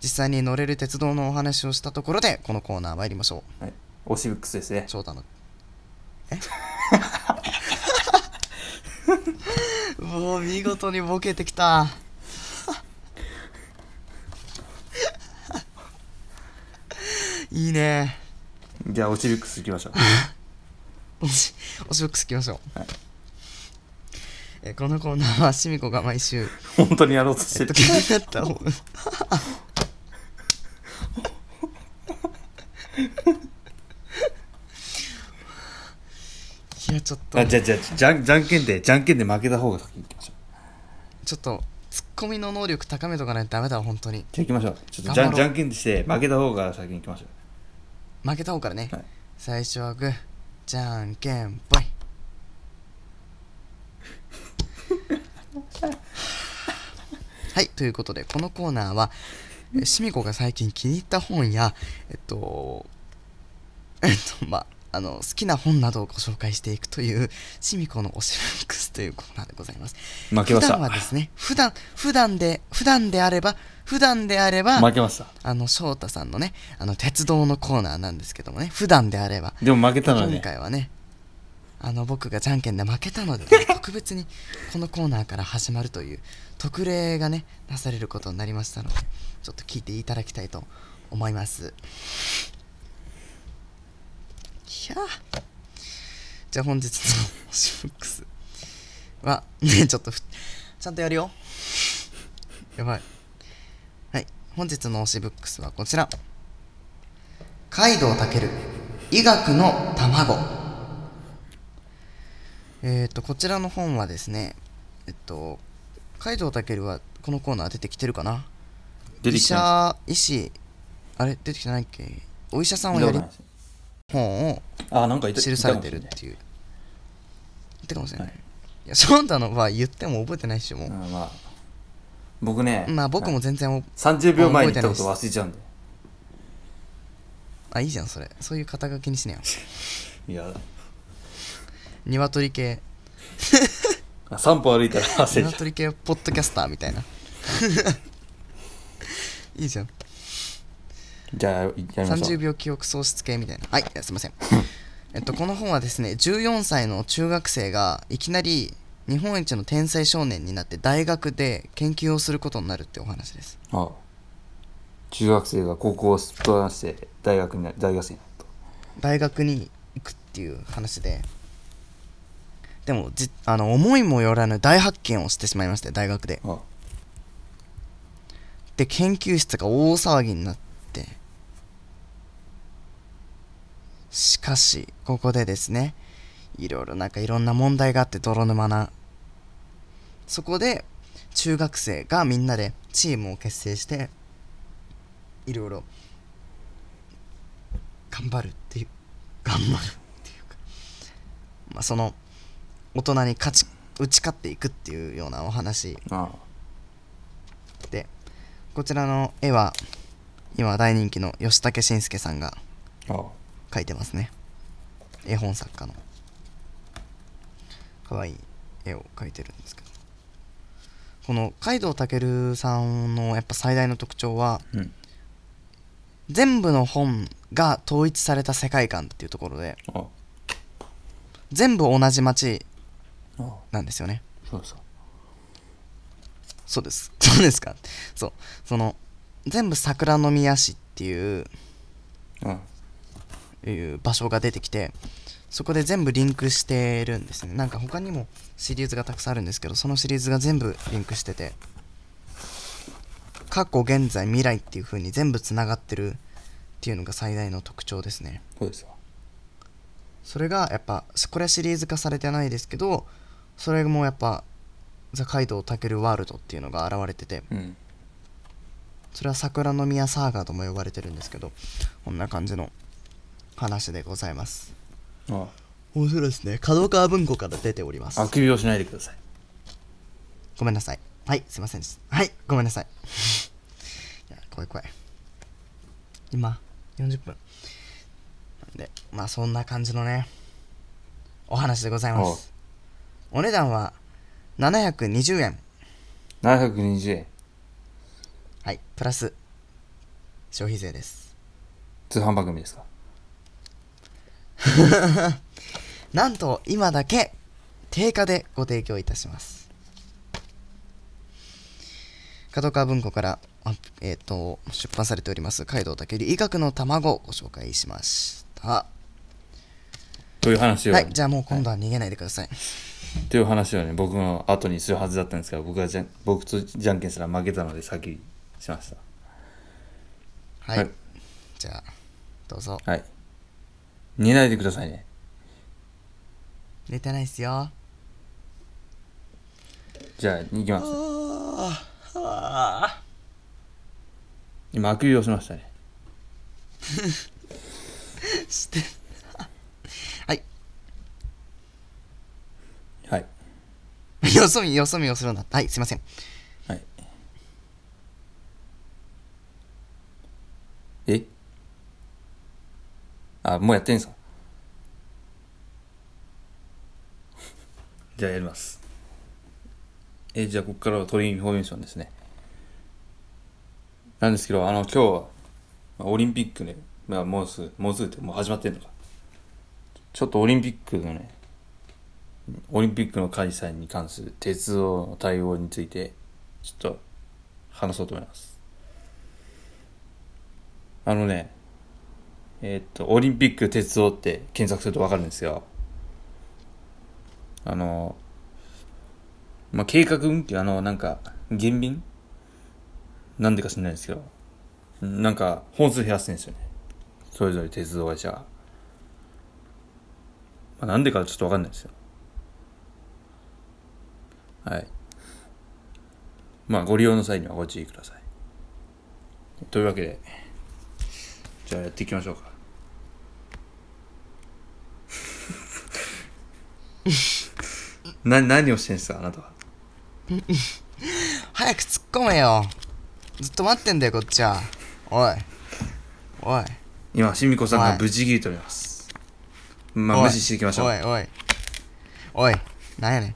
[SPEAKER 2] 実際に乗れる鉄道のお話をしたところでこのコーナー参りましょ
[SPEAKER 1] はいオシブックスですね
[SPEAKER 2] う翔太のえう もう見事にボケてきた いいね
[SPEAKER 1] じゃあオチビックスいきましょう
[SPEAKER 2] おしおしボックスいきましょう、
[SPEAKER 1] はい
[SPEAKER 2] えーこのコーナーはしみこが毎週
[SPEAKER 1] 本当にやろうとして
[SPEAKER 2] えっ
[SPEAKER 1] る
[SPEAKER 2] と、気になっ た方いやちょっと
[SPEAKER 1] あじゃあじゃあじゃんじゃんけんでじゃんけんで負けた方が先に行きましょう
[SPEAKER 2] ちょっとツッコミの能力高めとかないとダメだわ本当に
[SPEAKER 1] じゃあ行きましょうちょっと
[SPEAKER 2] 頑
[SPEAKER 1] じ
[SPEAKER 2] 張ろ
[SPEAKER 1] ゃ
[SPEAKER 2] うん
[SPEAKER 1] じゃんけんでして負けた方が先に行きましょ
[SPEAKER 2] 負けた方からね、
[SPEAKER 1] はい
[SPEAKER 2] 最初はグーじゃんけん ぽいはいということでこのコーナーはえしみこが最近気に入った本やえっと えっとまああの好きな本などをご紹介していくというしみこのおしフックスというコーナーでございます
[SPEAKER 1] う負けまし
[SPEAKER 2] 普段は
[SPEAKER 1] た
[SPEAKER 2] ですね普段普段で普段であれば普段であれば
[SPEAKER 1] 負けました
[SPEAKER 2] あの翔太さんのねあの鉄道のコーナーなんですけどもね普段であれば
[SPEAKER 1] でも負けたの
[SPEAKER 2] 今
[SPEAKER 1] ね
[SPEAKER 2] 回はねあの僕がじゃんけんで負けたので、 特別にこのコーナーから始まるという特例がねなされることになりましたのでちょっと聞いていただきたいと思いますいやーじゃあ本日の「シフックス」はねちょっとふちゃんとやるよやばいはい本日の「推しブックス」はこちらカイドウタケル医学の卵えっ、とこちらの本はですねえっとカイドウタケルはこのコーナー出てきてるかな
[SPEAKER 1] 出て
[SPEAKER 2] 医
[SPEAKER 1] きた
[SPEAKER 2] 者医師あれ出てきてないっけお医者さんを
[SPEAKER 1] 見たこ
[SPEAKER 2] や
[SPEAKER 1] と
[SPEAKER 2] り
[SPEAKER 1] ないです
[SPEAKER 2] 本を
[SPEAKER 1] あなんかいた
[SPEAKER 2] 記されてるっていうってかもしれない、
[SPEAKER 1] はい
[SPEAKER 2] い、やショーンタの場合言っても覚えてないっしょも
[SPEAKER 1] いうた、うんまあ僕ね
[SPEAKER 2] まあ僕も全然お
[SPEAKER 1] 30秒前に言ったこと忘れちゃうんで
[SPEAKER 2] あいいじゃんそれそういう肩書きにしね よ
[SPEAKER 1] いや
[SPEAKER 2] 鶏系
[SPEAKER 1] あ散歩歩い たら焦る
[SPEAKER 2] 鶏系ポッドキャスターみたいな いいじゃん
[SPEAKER 1] じゃあやりましょ
[SPEAKER 2] 30
[SPEAKER 1] う
[SPEAKER 2] 秒記憶喪失系みたいなはいすい ませんえっとこの本はですね14歳の中学生がいきなり日本一の天才少年になって大学で研究をすることになるってお話です
[SPEAKER 1] あ中学生が高校をすっ飛ばして大学にな大学生になると
[SPEAKER 2] 大学に行くっていう話ででもじあの思いもよらぬ大発見をしてしまいまして大学で
[SPEAKER 1] あ
[SPEAKER 2] で研究室が大騒ぎになってしかしここでですねいろいろなんかいろんな問題があって泥沼なそこで中学生がみんなでチームを結成していろいろ頑張るっていう頑張るっていうか、まあ、その大人に勝ち打ち勝っていくっていうようなお話
[SPEAKER 1] あ
[SPEAKER 2] でこちらの絵は今大人気の吉武慎介さんが
[SPEAKER 1] ああ
[SPEAKER 2] 描いてますね絵本作家の可愛い絵を描いてるんですけどこの海道健さんのやっぱ最大の特徴は
[SPEAKER 1] うん
[SPEAKER 2] 全部の本が統一された世界観っていうところで
[SPEAKER 1] あ
[SPEAKER 2] 全部同じ街
[SPEAKER 1] あ
[SPEAKER 2] なんですよね
[SPEAKER 1] そうそう
[SPEAKER 2] そうです。 そうですか。そう。その、全部桜の宮市っていう、
[SPEAKER 1] うん
[SPEAKER 2] いう場所が出てきて、そこで全部リンクしてるんですね。なんか他にもシリーズがたくさんあるんですけど、そのシリーズが全部リンクしてて、過去、現在、未来っていう風に全部つながってるっていうのが最大の特徴ですね。
[SPEAKER 1] そうですわ
[SPEAKER 2] それがやっぱこれはシリーズ化されてないですけどそれもやっぱ「ザ・カイドウ・タケル・ワールド」っていうのが現れてて
[SPEAKER 1] うん
[SPEAKER 2] それは桜の宮サーガとも呼ばれてるんですけどこんな感じの話でございます
[SPEAKER 1] あ
[SPEAKER 2] 面白いですね角川文庫から出ております
[SPEAKER 1] ああくびをしないでください
[SPEAKER 2] ごめんなさいはいすいませんでしたはいごめんなさいいや怖い怖い今40分なんでまあそんな感じのねお話でございますお値段は720円
[SPEAKER 1] 720円
[SPEAKER 2] はいプラス消費税です
[SPEAKER 1] 通販番組ですか
[SPEAKER 2] なんと今だけ定価でご提供いたします角川文庫からあえー、と出版されております海道武理医学の卵をご紹介しました
[SPEAKER 1] という話を、
[SPEAKER 2] はいじゃあもう今度は逃げないでください、
[SPEAKER 1] という話をね僕の後にするはずだったんですが僕がじゃん僕とじゃんけんしたら負けたので先にしまし
[SPEAKER 2] はい、
[SPEAKER 1] はい
[SPEAKER 2] じゃあどうぞ
[SPEAKER 1] たはい寝ないでくださいね
[SPEAKER 2] 寝てないっすよ
[SPEAKER 1] じゃあ行きます今あくびをしましたね
[SPEAKER 2] して はい
[SPEAKER 1] はい
[SPEAKER 2] よそ見よそ見をするんだはいすいません
[SPEAKER 1] はいえあもうやってんすか じゃあやりますえじゃあここからはトリインフォーメーションですねなんですけどあの今日はまあオリンピックね、まあ、もうすぐもうすぐってもう始まってんのかちょっとオリンピックのねオリンピックの開催に関する鉄道の対応についてちょっと話そうと思いますあのねえーっとオリンピック鉄道って検索すると分かるんですよあのまあ計画運休あのなんか減便なんでか知らないですけどなんか本数減らしてるんですよねそれぞれ鉄道会社がまあなんでかちょっと分かんないですよはい。まあ、ご利用の際にはご注意ください。というわけで、じゃあやっていきましょう か。な何をしてんすか、あなたは。
[SPEAKER 2] 早く突っ込めよずっと待ってんだよこっちはおいおい
[SPEAKER 1] 今、しみこさん
[SPEAKER 2] は
[SPEAKER 1] が
[SPEAKER 2] い
[SPEAKER 1] ブチ切れております。ま
[SPEAKER 2] お
[SPEAKER 1] あ、無視していきましょう。
[SPEAKER 2] お
[SPEAKER 1] はい
[SPEAKER 2] いおいおいなんやね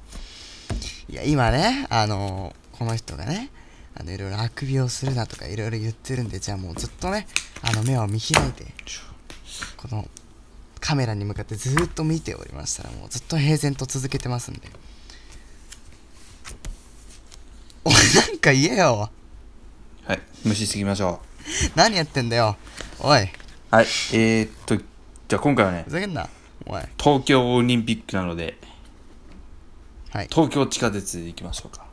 [SPEAKER 2] んいや今ねあのーこの人がねあのいろいろあくびをするなとかいろいろ言ってるんでじゃあもうずっとねあの目を見開いてこのカメラに向かってずーっと見ておりましたらもうずっと平然と続けてますんでおいなんか言えよ
[SPEAKER 1] 無視していきましょ。
[SPEAKER 2] 何やってんだよおいう
[SPEAKER 1] はい。えー、っと、じゃあ今回はね
[SPEAKER 2] ふ、ざけんなおい
[SPEAKER 1] 東京オリンピックなので、
[SPEAKER 2] はい
[SPEAKER 1] 東京地下鉄行きましょうか。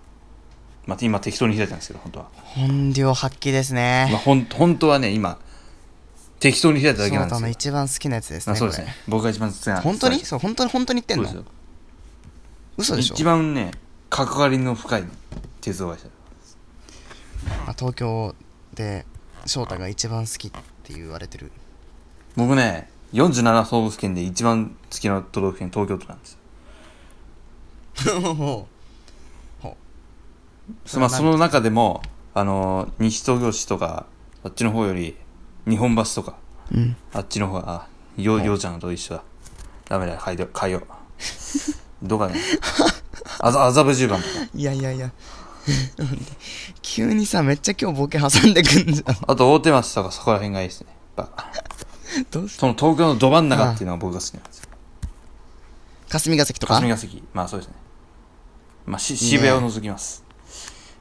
[SPEAKER 1] まあ、今適当に開いたんですけど、本当は。
[SPEAKER 2] 本領発揮で す
[SPEAKER 1] まあ、
[SPEAKER 2] ね
[SPEAKER 1] ほん本当はね今適当に開いただけ
[SPEAKER 2] 翔
[SPEAKER 1] なんで
[SPEAKER 2] 太
[SPEAKER 1] す
[SPEAKER 2] の
[SPEAKER 1] よ
[SPEAKER 2] 一番好きなやつです
[SPEAKER 1] あ
[SPEAKER 2] ね
[SPEAKER 1] そうです
[SPEAKER 2] これ
[SPEAKER 1] ね僕が一番好きな
[SPEAKER 2] 本当に
[SPEAKER 1] そ
[SPEAKER 2] そう本当に本当に言ってん
[SPEAKER 1] う
[SPEAKER 2] の
[SPEAKER 1] ですよ
[SPEAKER 2] 嘘でしょ
[SPEAKER 1] 一番ね関わりの深い鉄道会社
[SPEAKER 2] あ東京で翔太が一番好きって言われて る
[SPEAKER 1] 僕ね47都道府県で一番好きな都道府県東京都なんですよ
[SPEAKER 2] ほ
[SPEAKER 1] そ,、まあ、その中でもあのー西東京市とかあっちの方より日本橋とか
[SPEAKER 2] ううん
[SPEAKER 1] あっちの方があよようちゃんと一緒だダメだ変えよう変えようどうかねあざ麻布十番とか
[SPEAKER 2] いやいやいや 急にさめっちゃ今日ボケ挟んでくんじゃん
[SPEAKER 1] あと大手町とかそこら辺がいいですねやっぱ
[SPEAKER 2] どうす
[SPEAKER 1] その東京のど真ん中っていうのが僕が好きなんですよ。
[SPEAKER 2] 霞ヶ関とか
[SPEAKER 1] 霞ヶ関。まあそうですね。まあし渋谷を除きます。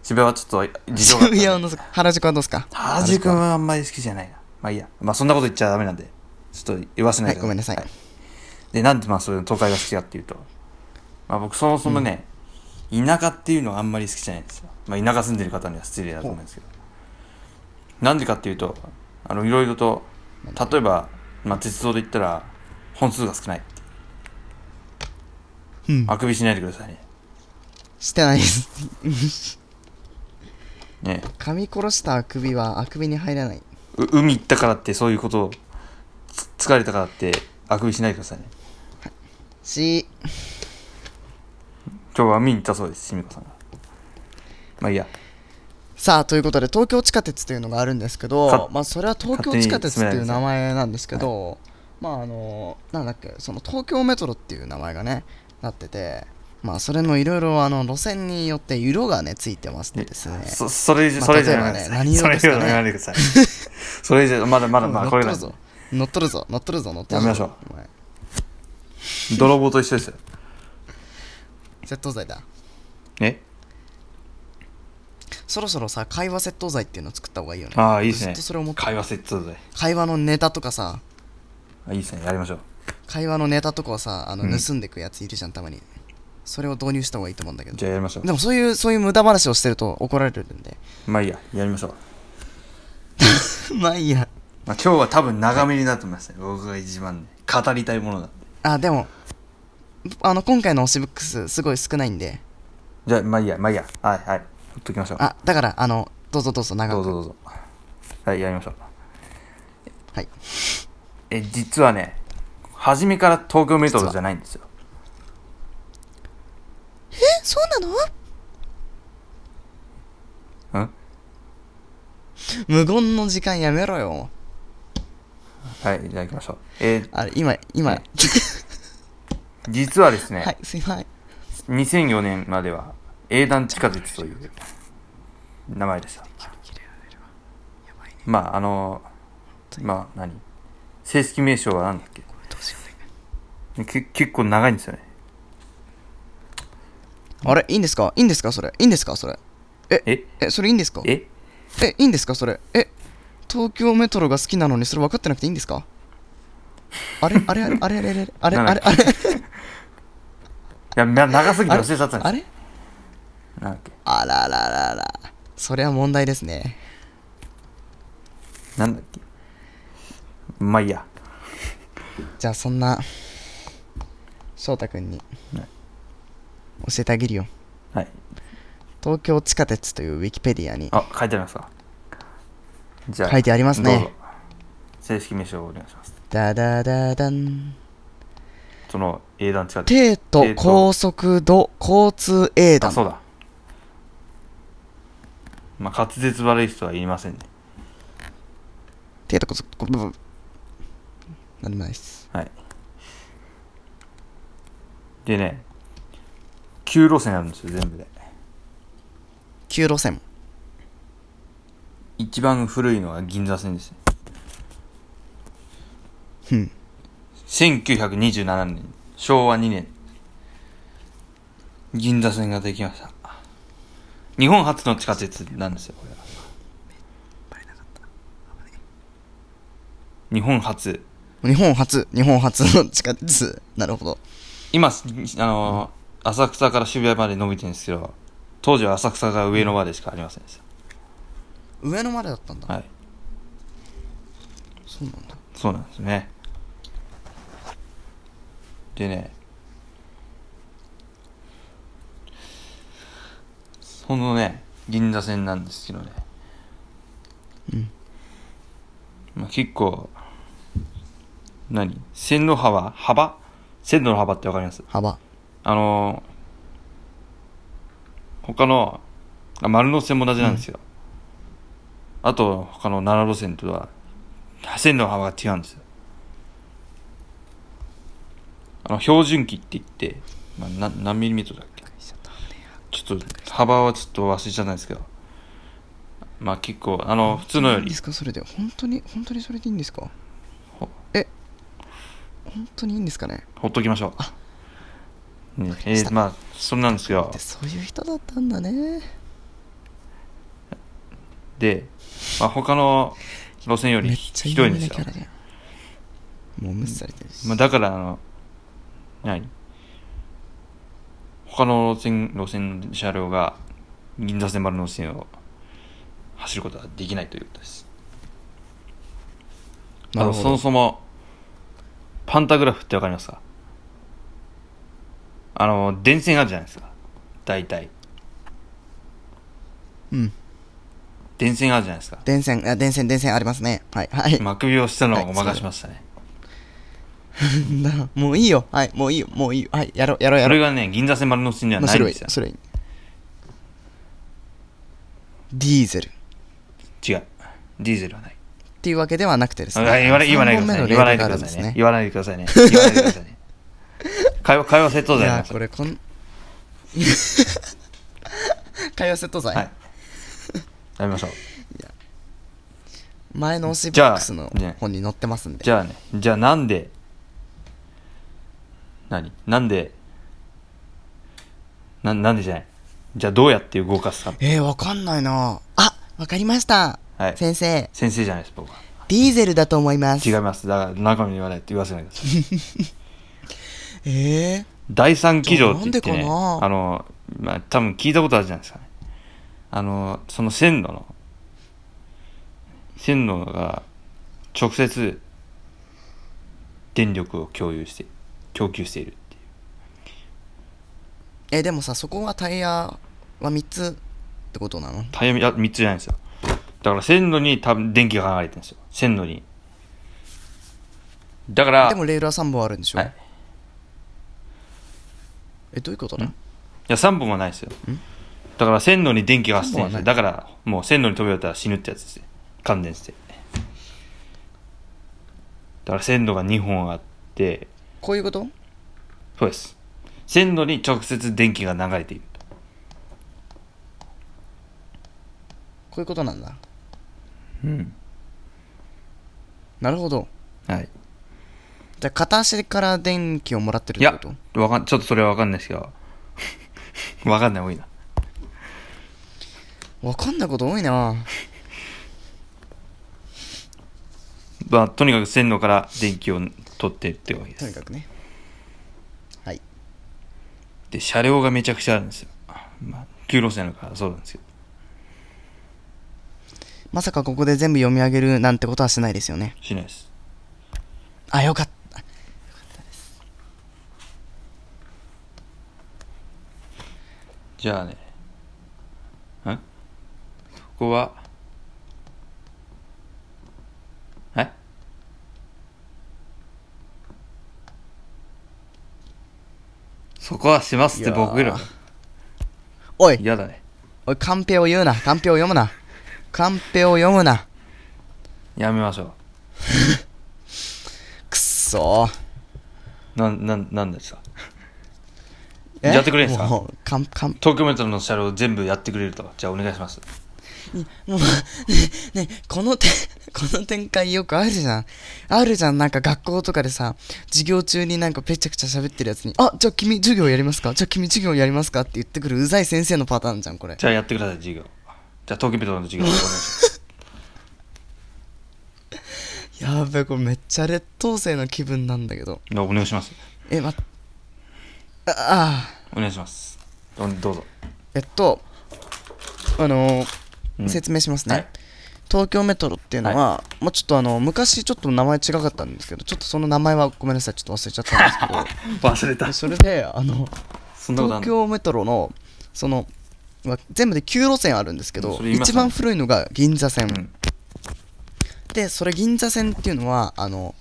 [SPEAKER 1] 渋谷はちょっと事情があったん
[SPEAKER 2] 渋
[SPEAKER 1] で。
[SPEAKER 2] 谷の原宿はどうすか
[SPEAKER 1] 原宿はあんまり好きじゃないな。まあいいや。まあそんなこと言っちゃダメなんで、ちょっと言わせないで
[SPEAKER 2] はいごめんなさい
[SPEAKER 1] で、なんでまあそういう東海が好きかっていうと、まあ僕そもそもね、田舎っていうのはあんまり好きじゃないんですよ。まあ田舎住んでる方には失礼だと思うんですけど。なんでかっていうと、あの、いろいろと、例えば、まあ鉄道で言ったら、本数が少ないっていう
[SPEAKER 2] うん
[SPEAKER 1] あくびしないでくださいね。
[SPEAKER 2] してないです
[SPEAKER 1] ね
[SPEAKER 2] 噛み殺したあくびはあくびに入らないう
[SPEAKER 1] 海行ったからってそういうことをつ疲れたからってあくびしないでくださいね
[SPEAKER 2] し
[SPEAKER 1] 今日は海に行ったそうですしみこさんがまあいいや
[SPEAKER 2] さあということで東京地下鉄というのがあるんですけど
[SPEAKER 1] か、
[SPEAKER 2] まあ、それは東京地下鉄っていう名前なんですけどまああのなんだっけその東京メトロっていう名前がねなっててまあそれのいろいろあの路線によって色がねついてましてですね
[SPEAKER 1] そそれ以上
[SPEAKER 2] まあ
[SPEAKER 1] それ以上やめて
[SPEAKER 2] 例え
[SPEAKER 1] くださ
[SPEAKER 2] ばね
[SPEAKER 1] い
[SPEAKER 2] 何
[SPEAKER 1] そ
[SPEAKER 2] 色
[SPEAKER 1] れ以
[SPEAKER 2] ですか
[SPEAKER 1] 上
[SPEAKER 2] ね
[SPEAKER 1] やめてください それ以上まだまだま
[SPEAKER 2] 乗
[SPEAKER 1] あ
[SPEAKER 2] っ
[SPEAKER 1] こ
[SPEAKER 2] 取
[SPEAKER 1] れ
[SPEAKER 2] る
[SPEAKER 1] だ
[SPEAKER 2] ぞ乗っ取るぞ乗っ取るぞ乗っ取るぞ
[SPEAKER 1] やめましょう
[SPEAKER 2] お前
[SPEAKER 1] 泥棒と一緒ですよ
[SPEAKER 2] 窃盗罪だ
[SPEAKER 1] ね
[SPEAKER 2] そろそろさ会話窃盗罪っていうのを作った方がいいよね
[SPEAKER 1] ああ、いいですね。
[SPEAKER 2] ずっとそれ思って
[SPEAKER 1] 会話説通で。
[SPEAKER 2] 会話のネタとかさ
[SPEAKER 1] あいいですね。やりましょう。
[SPEAKER 2] 会話のネタとかをさあの
[SPEAKER 1] うん
[SPEAKER 2] 盗んでくやついるじゃんたまにそれを導入した方がいいと思うんだけど
[SPEAKER 1] じゃあやりましょ
[SPEAKER 2] でもそういうそういう無駄話をしてると怒られるんで
[SPEAKER 1] う。まあいいや、やりましょう。
[SPEAKER 2] まあいいや
[SPEAKER 1] まあ、今日は多分長めになると思いますね。僕が一番ね、語りたいものなんで。
[SPEAKER 2] あでもあの今回の推しブックスすごい少ないんで
[SPEAKER 1] じゃあ、まあいいや、まあいいや。はいはい。ほっときましょう。
[SPEAKER 2] あだからあのどうぞどうぞ長
[SPEAKER 1] ど
[SPEAKER 2] く
[SPEAKER 1] うぞどうぞ。はい、やりましょう。
[SPEAKER 2] はい
[SPEAKER 1] え、実はね、初めから東京メトロじゃないんですよ。
[SPEAKER 2] えそうなの
[SPEAKER 1] うん
[SPEAKER 2] 無言の時間やめろよ
[SPEAKER 1] はい、じゃあ行きましょう。え、
[SPEAKER 2] あれ今今
[SPEAKER 1] はい実はですね、
[SPEAKER 2] はいすいません
[SPEAKER 1] 2004年までは、英断地下鉄という名前でした。まあ、あの、まあ、何正式名称は何だっけけ結構長いんですよね。
[SPEAKER 2] あれいいんですかいいんですかそれいいんですかそれ
[SPEAKER 1] え
[SPEAKER 2] えそれいいんですか
[SPEAKER 1] え
[SPEAKER 2] えいいんですかそれえ東京メトロが好きなのにそれ分かってなくていいんですかあれあれあれあれあれあれあれあれあれ
[SPEAKER 1] いや、な長すぎて忘れちゃったんです
[SPEAKER 2] あれ
[SPEAKER 1] なんだっけ
[SPEAKER 2] あららららそれは問題ですね
[SPEAKER 1] なんだっけまあいいや。
[SPEAKER 2] じゃあそんな翔太君に
[SPEAKER 1] は
[SPEAKER 2] 教
[SPEAKER 1] い
[SPEAKER 2] えてあげるよ
[SPEAKER 1] はい。
[SPEAKER 2] 東京地下鉄というウィキペディアに
[SPEAKER 1] あ、書いてありますかじゃ
[SPEAKER 2] 書いてありますね
[SPEAKER 1] どうぞ正式名称をお願いします。
[SPEAKER 2] ダダダダン
[SPEAKER 1] その英断地下鉄。
[SPEAKER 2] 帝
[SPEAKER 1] 帝
[SPEAKER 2] 都
[SPEAKER 1] 都
[SPEAKER 2] 高速度交通英
[SPEAKER 1] あ、
[SPEAKER 2] 断
[SPEAKER 1] そうだ。まあ、滑舌悪い人は言いませんね。
[SPEAKER 2] 帝都高速度なんでもないです
[SPEAKER 1] はい。でね、9路線あるんですよ、全部で。
[SPEAKER 2] 9路線
[SPEAKER 1] 一番古いのは銀座線ですね。
[SPEAKER 2] うん
[SPEAKER 1] 1927年、昭和2年、銀座線ができました。日本初の地下鉄なんですよ、これは。日本初。
[SPEAKER 2] 日本初日本初の地下鉄なるほど
[SPEAKER 1] 今、すあのー、浅草から渋谷まで伸びてるんですけど、当時は浅草が上野までしかありませんでした。
[SPEAKER 2] 上野までだったんだ、
[SPEAKER 1] はい。
[SPEAKER 2] そうなんだ
[SPEAKER 1] そうなんですね。でね、そのね、銀座線なんですけどね。まあ、結構、何線路幅幅線路の幅ってわかります
[SPEAKER 2] 幅
[SPEAKER 1] あのー他の、あ丸の内線も同じなんですよ。あと、他の7路線とは、線路の幅が違うんですよ。あの、標準機って言って、まあ、な何ミリメートルだっけちょっと、幅はちょっと忘れちゃったんですけど。まあ結構、あの、普通のよ
[SPEAKER 2] いいん
[SPEAKER 1] り
[SPEAKER 2] で、すかそれで本当に本当にそれでいいんですか
[SPEAKER 1] ほ
[SPEAKER 2] え本当にいいんですかね
[SPEAKER 1] ほっときましょう。ね、え
[SPEAKER 2] まし
[SPEAKER 1] ー
[SPEAKER 2] た
[SPEAKER 1] まあ、それなんですけど
[SPEAKER 2] で。そういう人だったんだね
[SPEAKER 1] で、まあ、他の路線より
[SPEAKER 2] めっちゃ
[SPEAKER 1] ひ
[SPEAKER 2] 有
[SPEAKER 1] どいん
[SPEAKER 2] 名
[SPEAKER 1] です
[SPEAKER 2] なキ
[SPEAKER 1] よ
[SPEAKER 2] ャ。ラじゃんもう無視されてるし、
[SPEAKER 1] まあ、だから、あの、何他の路線、路線の車両が、銀座線丸の内線を走ることはできないということです。あ
[SPEAKER 2] なる
[SPEAKER 1] の
[SPEAKER 2] ほ
[SPEAKER 1] そも
[SPEAKER 2] ど
[SPEAKER 1] そも、パンタグラフってわかりますかあの、電線あるじゃないですか。大体。
[SPEAKER 2] うん
[SPEAKER 1] 電線あるじゃないですか。
[SPEAKER 2] 電線あ電線電線ありますねはいはい、
[SPEAKER 1] まあ、首をしたのを
[SPEAKER 2] はい
[SPEAKER 1] ごまかしましたね。
[SPEAKER 2] な もういいよはいもういいよもういいよはいやろうやろうや
[SPEAKER 1] そ
[SPEAKER 2] ろ
[SPEAKER 1] れ
[SPEAKER 2] う
[SPEAKER 1] がね、銀座線丸の内線には
[SPEAKER 2] まあ
[SPEAKER 1] ない
[SPEAKER 2] そ
[SPEAKER 1] ん
[SPEAKER 2] れ
[SPEAKER 1] で
[SPEAKER 2] はいい
[SPEAKER 1] す
[SPEAKER 2] それはいいディーゼルっ
[SPEAKER 1] よ。違う。ディーゼルはない。
[SPEAKER 2] ていうわけではなくてです
[SPEAKER 1] あ
[SPEAKER 2] ね
[SPEAKER 1] 言わない言わないでください。言わないでくださいね。言わないでくださいね。言わないでくだ さいね。会話、会話窃盗
[SPEAKER 2] い
[SPEAKER 1] 罪になり
[SPEAKER 2] や
[SPEAKER 1] ます
[SPEAKER 2] これこん 会話セット罪、
[SPEAKER 1] はい。やりましょう。
[SPEAKER 2] 前のオシブ
[SPEAKER 1] じゃ
[SPEAKER 2] ッ
[SPEAKER 1] あ
[SPEAKER 2] クスの
[SPEAKER 1] ね
[SPEAKER 2] 本に載ってますんで
[SPEAKER 1] じゃあね、じゃあなんで、何なんで、ななんでじゃない。じゃあどうやって動かすか
[SPEAKER 2] えー、わかんないなあ、わかりました。
[SPEAKER 1] はい
[SPEAKER 2] 先生、
[SPEAKER 1] 先生じゃないです僕は
[SPEAKER 2] ディーゼルだと思います。
[SPEAKER 1] 違いますだから中身に言わないって言わせないでください
[SPEAKER 2] え
[SPEAKER 1] 第三騎乗って言って
[SPEAKER 2] じゃあ
[SPEAKER 1] ね
[SPEAKER 2] なんでかな
[SPEAKER 1] あのまあ多分聞いたことあるじゃないですかねあのその線路の線路が直接電力を共有して供給しているっていう
[SPEAKER 2] ー、えでもさ、そこはタイヤは3つってことなの
[SPEAKER 1] タイヤいや3つじゃないんですよだから線路に多分電気が流れてるんですよ線路にだから
[SPEAKER 2] でもレールは3本あるんでしょ、
[SPEAKER 1] はい
[SPEAKER 2] え、どういうことない
[SPEAKER 1] や3本はないですよだから線路に電気が発生
[SPEAKER 2] 三
[SPEAKER 1] し
[SPEAKER 2] 本はない
[SPEAKER 1] てだからもう線路に飛び降りたら死ぬってやつですよ感電してだから線路が2本あって
[SPEAKER 2] こういうこと
[SPEAKER 1] そうです線路に直接電気が流れている
[SPEAKER 2] こういうことなんだ。
[SPEAKER 1] うん
[SPEAKER 2] なるほど。
[SPEAKER 1] はい
[SPEAKER 2] じゃあ片足から電気をもらってるっ
[SPEAKER 1] い
[SPEAKER 2] て
[SPEAKER 1] や
[SPEAKER 2] こと
[SPEAKER 1] わかんちょっとそれは分かんないですけど わかんない多いな
[SPEAKER 2] わかんないこと多いな
[SPEAKER 1] まあとにかく線路から電気を取ってってわけで
[SPEAKER 2] とに
[SPEAKER 1] す
[SPEAKER 2] かくね。はい。
[SPEAKER 1] で車両がめちゃくちゃあるんですよまあ9路線だからそうなんですけど
[SPEAKER 2] まさかここで全部読み上げるなんてことはしないですよね。
[SPEAKER 1] しないです
[SPEAKER 2] あ、よかった。
[SPEAKER 1] じゃあねんここははいそこはしますって僕
[SPEAKER 2] いや
[SPEAKER 1] ら
[SPEAKER 2] おい、
[SPEAKER 1] 嫌だね
[SPEAKER 2] おい、カンペを言うな。カンペを読むな。カンペを読むな。
[SPEAKER 1] やめましょ
[SPEAKER 2] くっそー。
[SPEAKER 1] うなんなんなんですか
[SPEAKER 2] え
[SPEAKER 1] やってくれんすか
[SPEAKER 2] もう、カン、カン、
[SPEAKER 1] 東京メトロの車両全部やってくれるとじゃあお願いします
[SPEAKER 2] もう、ね、ね、このて、この展開よくあるじゃん。あるじゃん。なんか学校とかでさ、授業中になんかぺちゃくちゃ喋ってるやつに、あ、じゃあ君授業やりますかじゃあ君授業やりますかって言ってくるうざい先生のパターンじゃん、これ。
[SPEAKER 1] じゃあやってください授業じゃあ東京メトロの授業お願いします
[SPEAKER 2] やべ、これめっちゃ劣等生の気分なんだけど。
[SPEAKER 1] いやお願いします
[SPEAKER 2] え、ま、ああ
[SPEAKER 1] お願いしますどうどうぞ
[SPEAKER 2] ー、えっと、あのー
[SPEAKER 1] うん
[SPEAKER 2] 説明しますね。
[SPEAKER 1] はい
[SPEAKER 2] 東京メトロっていうのは、もうちょっとあの昔ちょっと名前違かったんですけどちょっとその名前はごめんなさいちょっと忘れちゃったんですけど
[SPEAKER 1] 忘れた
[SPEAKER 2] それであの
[SPEAKER 1] そんなことあん
[SPEAKER 2] 東
[SPEAKER 1] の
[SPEAKER 2] 京メトロのそのまあ全部で9路線あるんですけど
[SPEAKER 1] それ言いました
[SPEAKER 2] 一番古いのが銀座線、
[SPEAKER 1] うん
[SPEAKER 2] でそれ銀座線っていうのはあの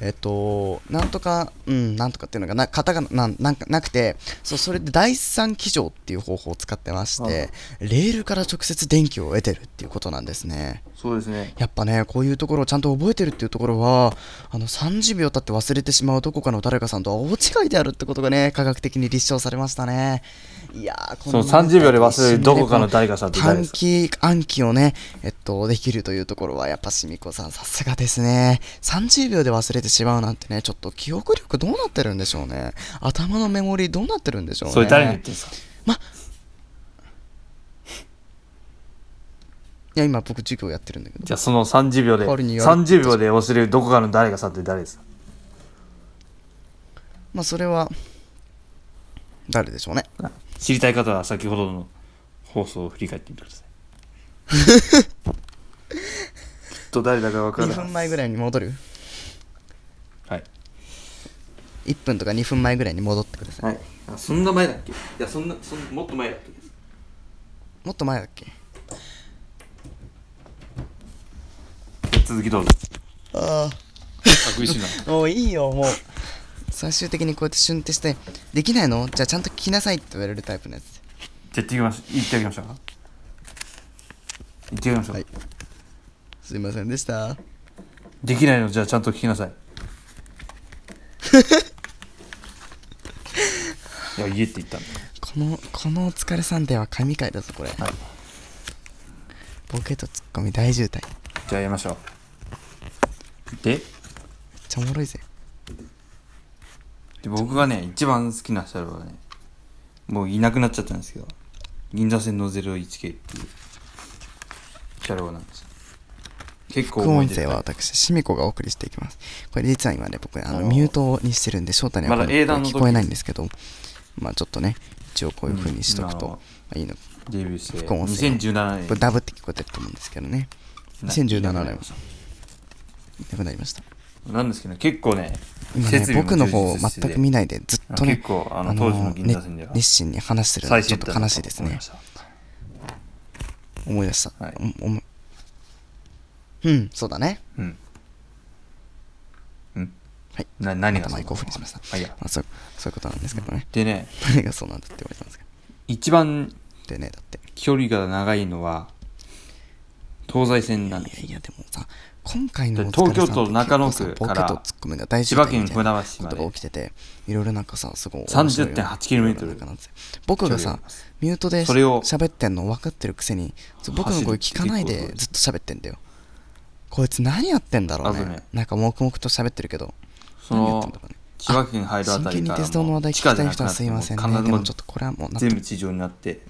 [SPEAKER 2] えっ、となんとかうんなんとかっていうのがな型がなんなんかなくてそうそれで第三機乗っていう方法を使ってましてレールから直接電気を得てるっていうことなんですね
[SPEAKER 1] そうですね
[SPEAKER 2] やっぱねこういうところをちゃんと覚えてるっていうところはあの30秒経って忘れてしまうどこかの誰かさんとは大違いであるってことがね科学的に立証されましたねいやーこ
[SPEAKER 1] そう30秒で忘れるどこかの
[SPEAKER 2] 誰
[SPEAKER 1] 誰かさんって誰で
[SPEAKER 2] 短
[SPEAKER 1] すか
[SPEAKER 2] 期暗記をねえっとできるというところはやっぱしみこさんさすがですね30秒で忘れてしまうなんてねちょっと記憶力どうなってるんでしょうね頭のメモリーどうなってるんでしょうね
[SPEAKER 1] それ誰に言ってんすか
[SPEAKER 2] いや今僕授業やってるんだけど
[SPEAKER 1] じゃあその30秒で
[SPEAKER 2] 代わりにやる
[SPEAKER 1] 30秒で忘れるどこかの誰がさんって誰ですか
[SPEAKER 2] まあそれは誰でしょうね
[SPEAKER 1] 知りたい方は先ほどの放送を振り返ってみてくださいきっと誰だか分から
[SPEAKER 2] 2
[SPEAKER 1] ない
[SPEAKER 2] 分前ぐらいに戻る
[SPEAKER 1] はい、
[SPEAKER 2] 1分とか2分前ぐらいに戻ってください、
[SPEAKER 1] はい、あそんな前だっけいやそんなそんもっと前だっけ
[SPEAKER 2] もっと前だっけ
[SPEAKER 1] 続きどうぞ
[SPEAKER 2] あ
[SPEAKER 1] あ苦しいな
[SPEAKER 2] あもういいよもう 最終的にこうやってシュンってして「できないのじゃあちゃんと聞きなさい」って言われるタイプのやつ
[SPEAKER 1] じゃあ行ってきます行ってきましょうか行ってきましょう、
[SPEAKER 2] はいすいませんでした
[SPEAKER 1] できないのじゃあちゃんと聞きな さいいや家って言ったんだ
[SPEAKER 2] このこの「お疲れサンデー」は神回だぞこれ、
[SPEAKER 1] い
[SPEAKER 2] ボケとツッコミ大渋滞めっ
[SPEAKER 1] じゃあやりましょうで
[SPEAKER 2] ちゃおもろいぜ
[SPEAKER 1] で僕がね一番好きな車両はねもういなくなっちゃったんですけど銀座線の019っていう車両なんです結構
[SPEAKER 2] 副
[SPEAKER 1] 思い出
[SPEAKER 2] 音声は
[SPEAKER 1] 深い
[SPEAKER 2] 私、しみこがお送りしていきます。これ、実は今ね、僕、あ
[SPEAKER 1] あ
[SPEAKER 2] の、
[SPEAKER 1] ー
[SPEAKER 2] ミュートにしてるんで、翔太には
[SPEAKER 1] まだ
[SPEAKER 2] これ
[SPEAKER 1] 英断の時
[SPEAKER 2] 聞こえないんですけど、まあちょっとね、一応こういう風にしとくと、
[SPEAKER 1] うん
[SPEAKER 2] まあいいの。
[SPEAKER 1] デビューして
[SPEAKER 2] 副音声
[SPEAKER 1] 2017年
[SPEAKER 2] これ、ダブって聞こえてると思うんですけどね。2017年、なくなりました。
[SPEAKER 1] なんですけど結構ね
[SPEAKER 2] 今ね
[SPEAKER 1] 設、備も
[SPEAKER 2] 僕の
[SPEAKER 1] 充
[SPEAKER 2] 方、
[SPEAKER 1] 実してて
[SPEAKER 2] 全く見ないで、ずっとね、
[SPEAKER 1] 結構あの当時の銀座線では
[SPEAKER 2] ね熱心に話してるの
[SPEAKER 1] 最
[SPEAKER 2] で、ちょ
[SPEAKER 1] 新
[SPEAKER 2] っと悲しいです
[SPEAKER 1] だ
[SPEAKER 2] ね
[SPEAKER 1] な。と思いました
[SPEAKER 2] 思い出した。
[SPEAKER 1] はい
[SPEAKER 2] おおうん、そうだね。
[SPEAKER 1] うんうん
[SPEAKER 2] はい
[SPEAKER 1] な何がそう
[SPEAKER 2] 頭マイクオフにしました。
[SPEAKER 1] あいや
[SPEAKER 2] まあ、そうそういうことなんですけどね。
[SPEAKER 1] でね
[SPEAKER 2] 何がそうなんだって言われたんですけ
[SPEAKER 1] 一番
[SPEAKER 2] ど。でね、だって。
[SPEAKER 1] 距離が長いのは東西線なんです
[SPEAKER 2] いやいや、でもさ、今回の
[SPEAKER 1] で
[SPEAKER 2] お疲れさん
[SPEAKER 1] 東京都中野区
[SPEAKER 2] って結構さ
[SPEAKER 1] から
[SPEAKER 2] ボケとツッコミが大事
[SPEAKER 1] 千葉県船橋まで
[SPEAKER 2] ことが起きてて、いろいろなんかさ、すごい。
[SPEAKER 1] 30.8km
[SPEAKER 2] なんかなんて僕が
[SPEAKER 1] 距離があ
[SPEAKER 2] さ
[SPEAKER 1] ります、
[SPEAKER 2] ミュートで
[SPEAKER 1] それを
[SPEAKER 2] 喋ってんの分かってるくせに、そう僕の声聞かない
[SPEAKER 1] 走る
[SPEAKER 2] で
[SPEAKER 1] って
[SPEAKER 2] ずっと喋ってんだよ。こいつ何やってんだろう
[SPEAKER 1] あ
[SPEAKER 2] ね。
[SPEAKER 1] とね
[SPEAKER 2] なんか黙々と喋ってるけど。
[SPEAKER 1] そ
[SPEAKER 2] 何やってんだ
[SPEAKER 1] の
[SPEAKER 2] ろうね
[SPEAKER 1] 千葉県入るあ
[SPEAKER 2] 真
[SPEAKER 1] た
[SPEAKER 2] 剣
[SPEAKER 1] り
[SPEAKER 2] に
[SPEAKER 1] から
[SPEAKER 2] 鉄道の話題聞き
[SPEAKER 1] 地下
[SPEAKER 2] た
[SPEAKER 1] じゃ
[SPEAKER 2] い
[SPEAKER 1] なく
[SPEAKER 2] 人
[SPEAKER 1] な
[SPEAKER 2] は
[SPEAKER 1] って
[SPEAKER 2] すいません
[SPEAKER 1] もう
[SPEAKER 2] ね。
[SPEAKER 1] 必ず
[SPEAKER 2] で
[SPEAKER 1] も
[SPEAKER 2] も
[SPEAKER 1] う
[SPEAKER 2] ちょっとこれはもうな
[SPEAKER 1] 全部地上になって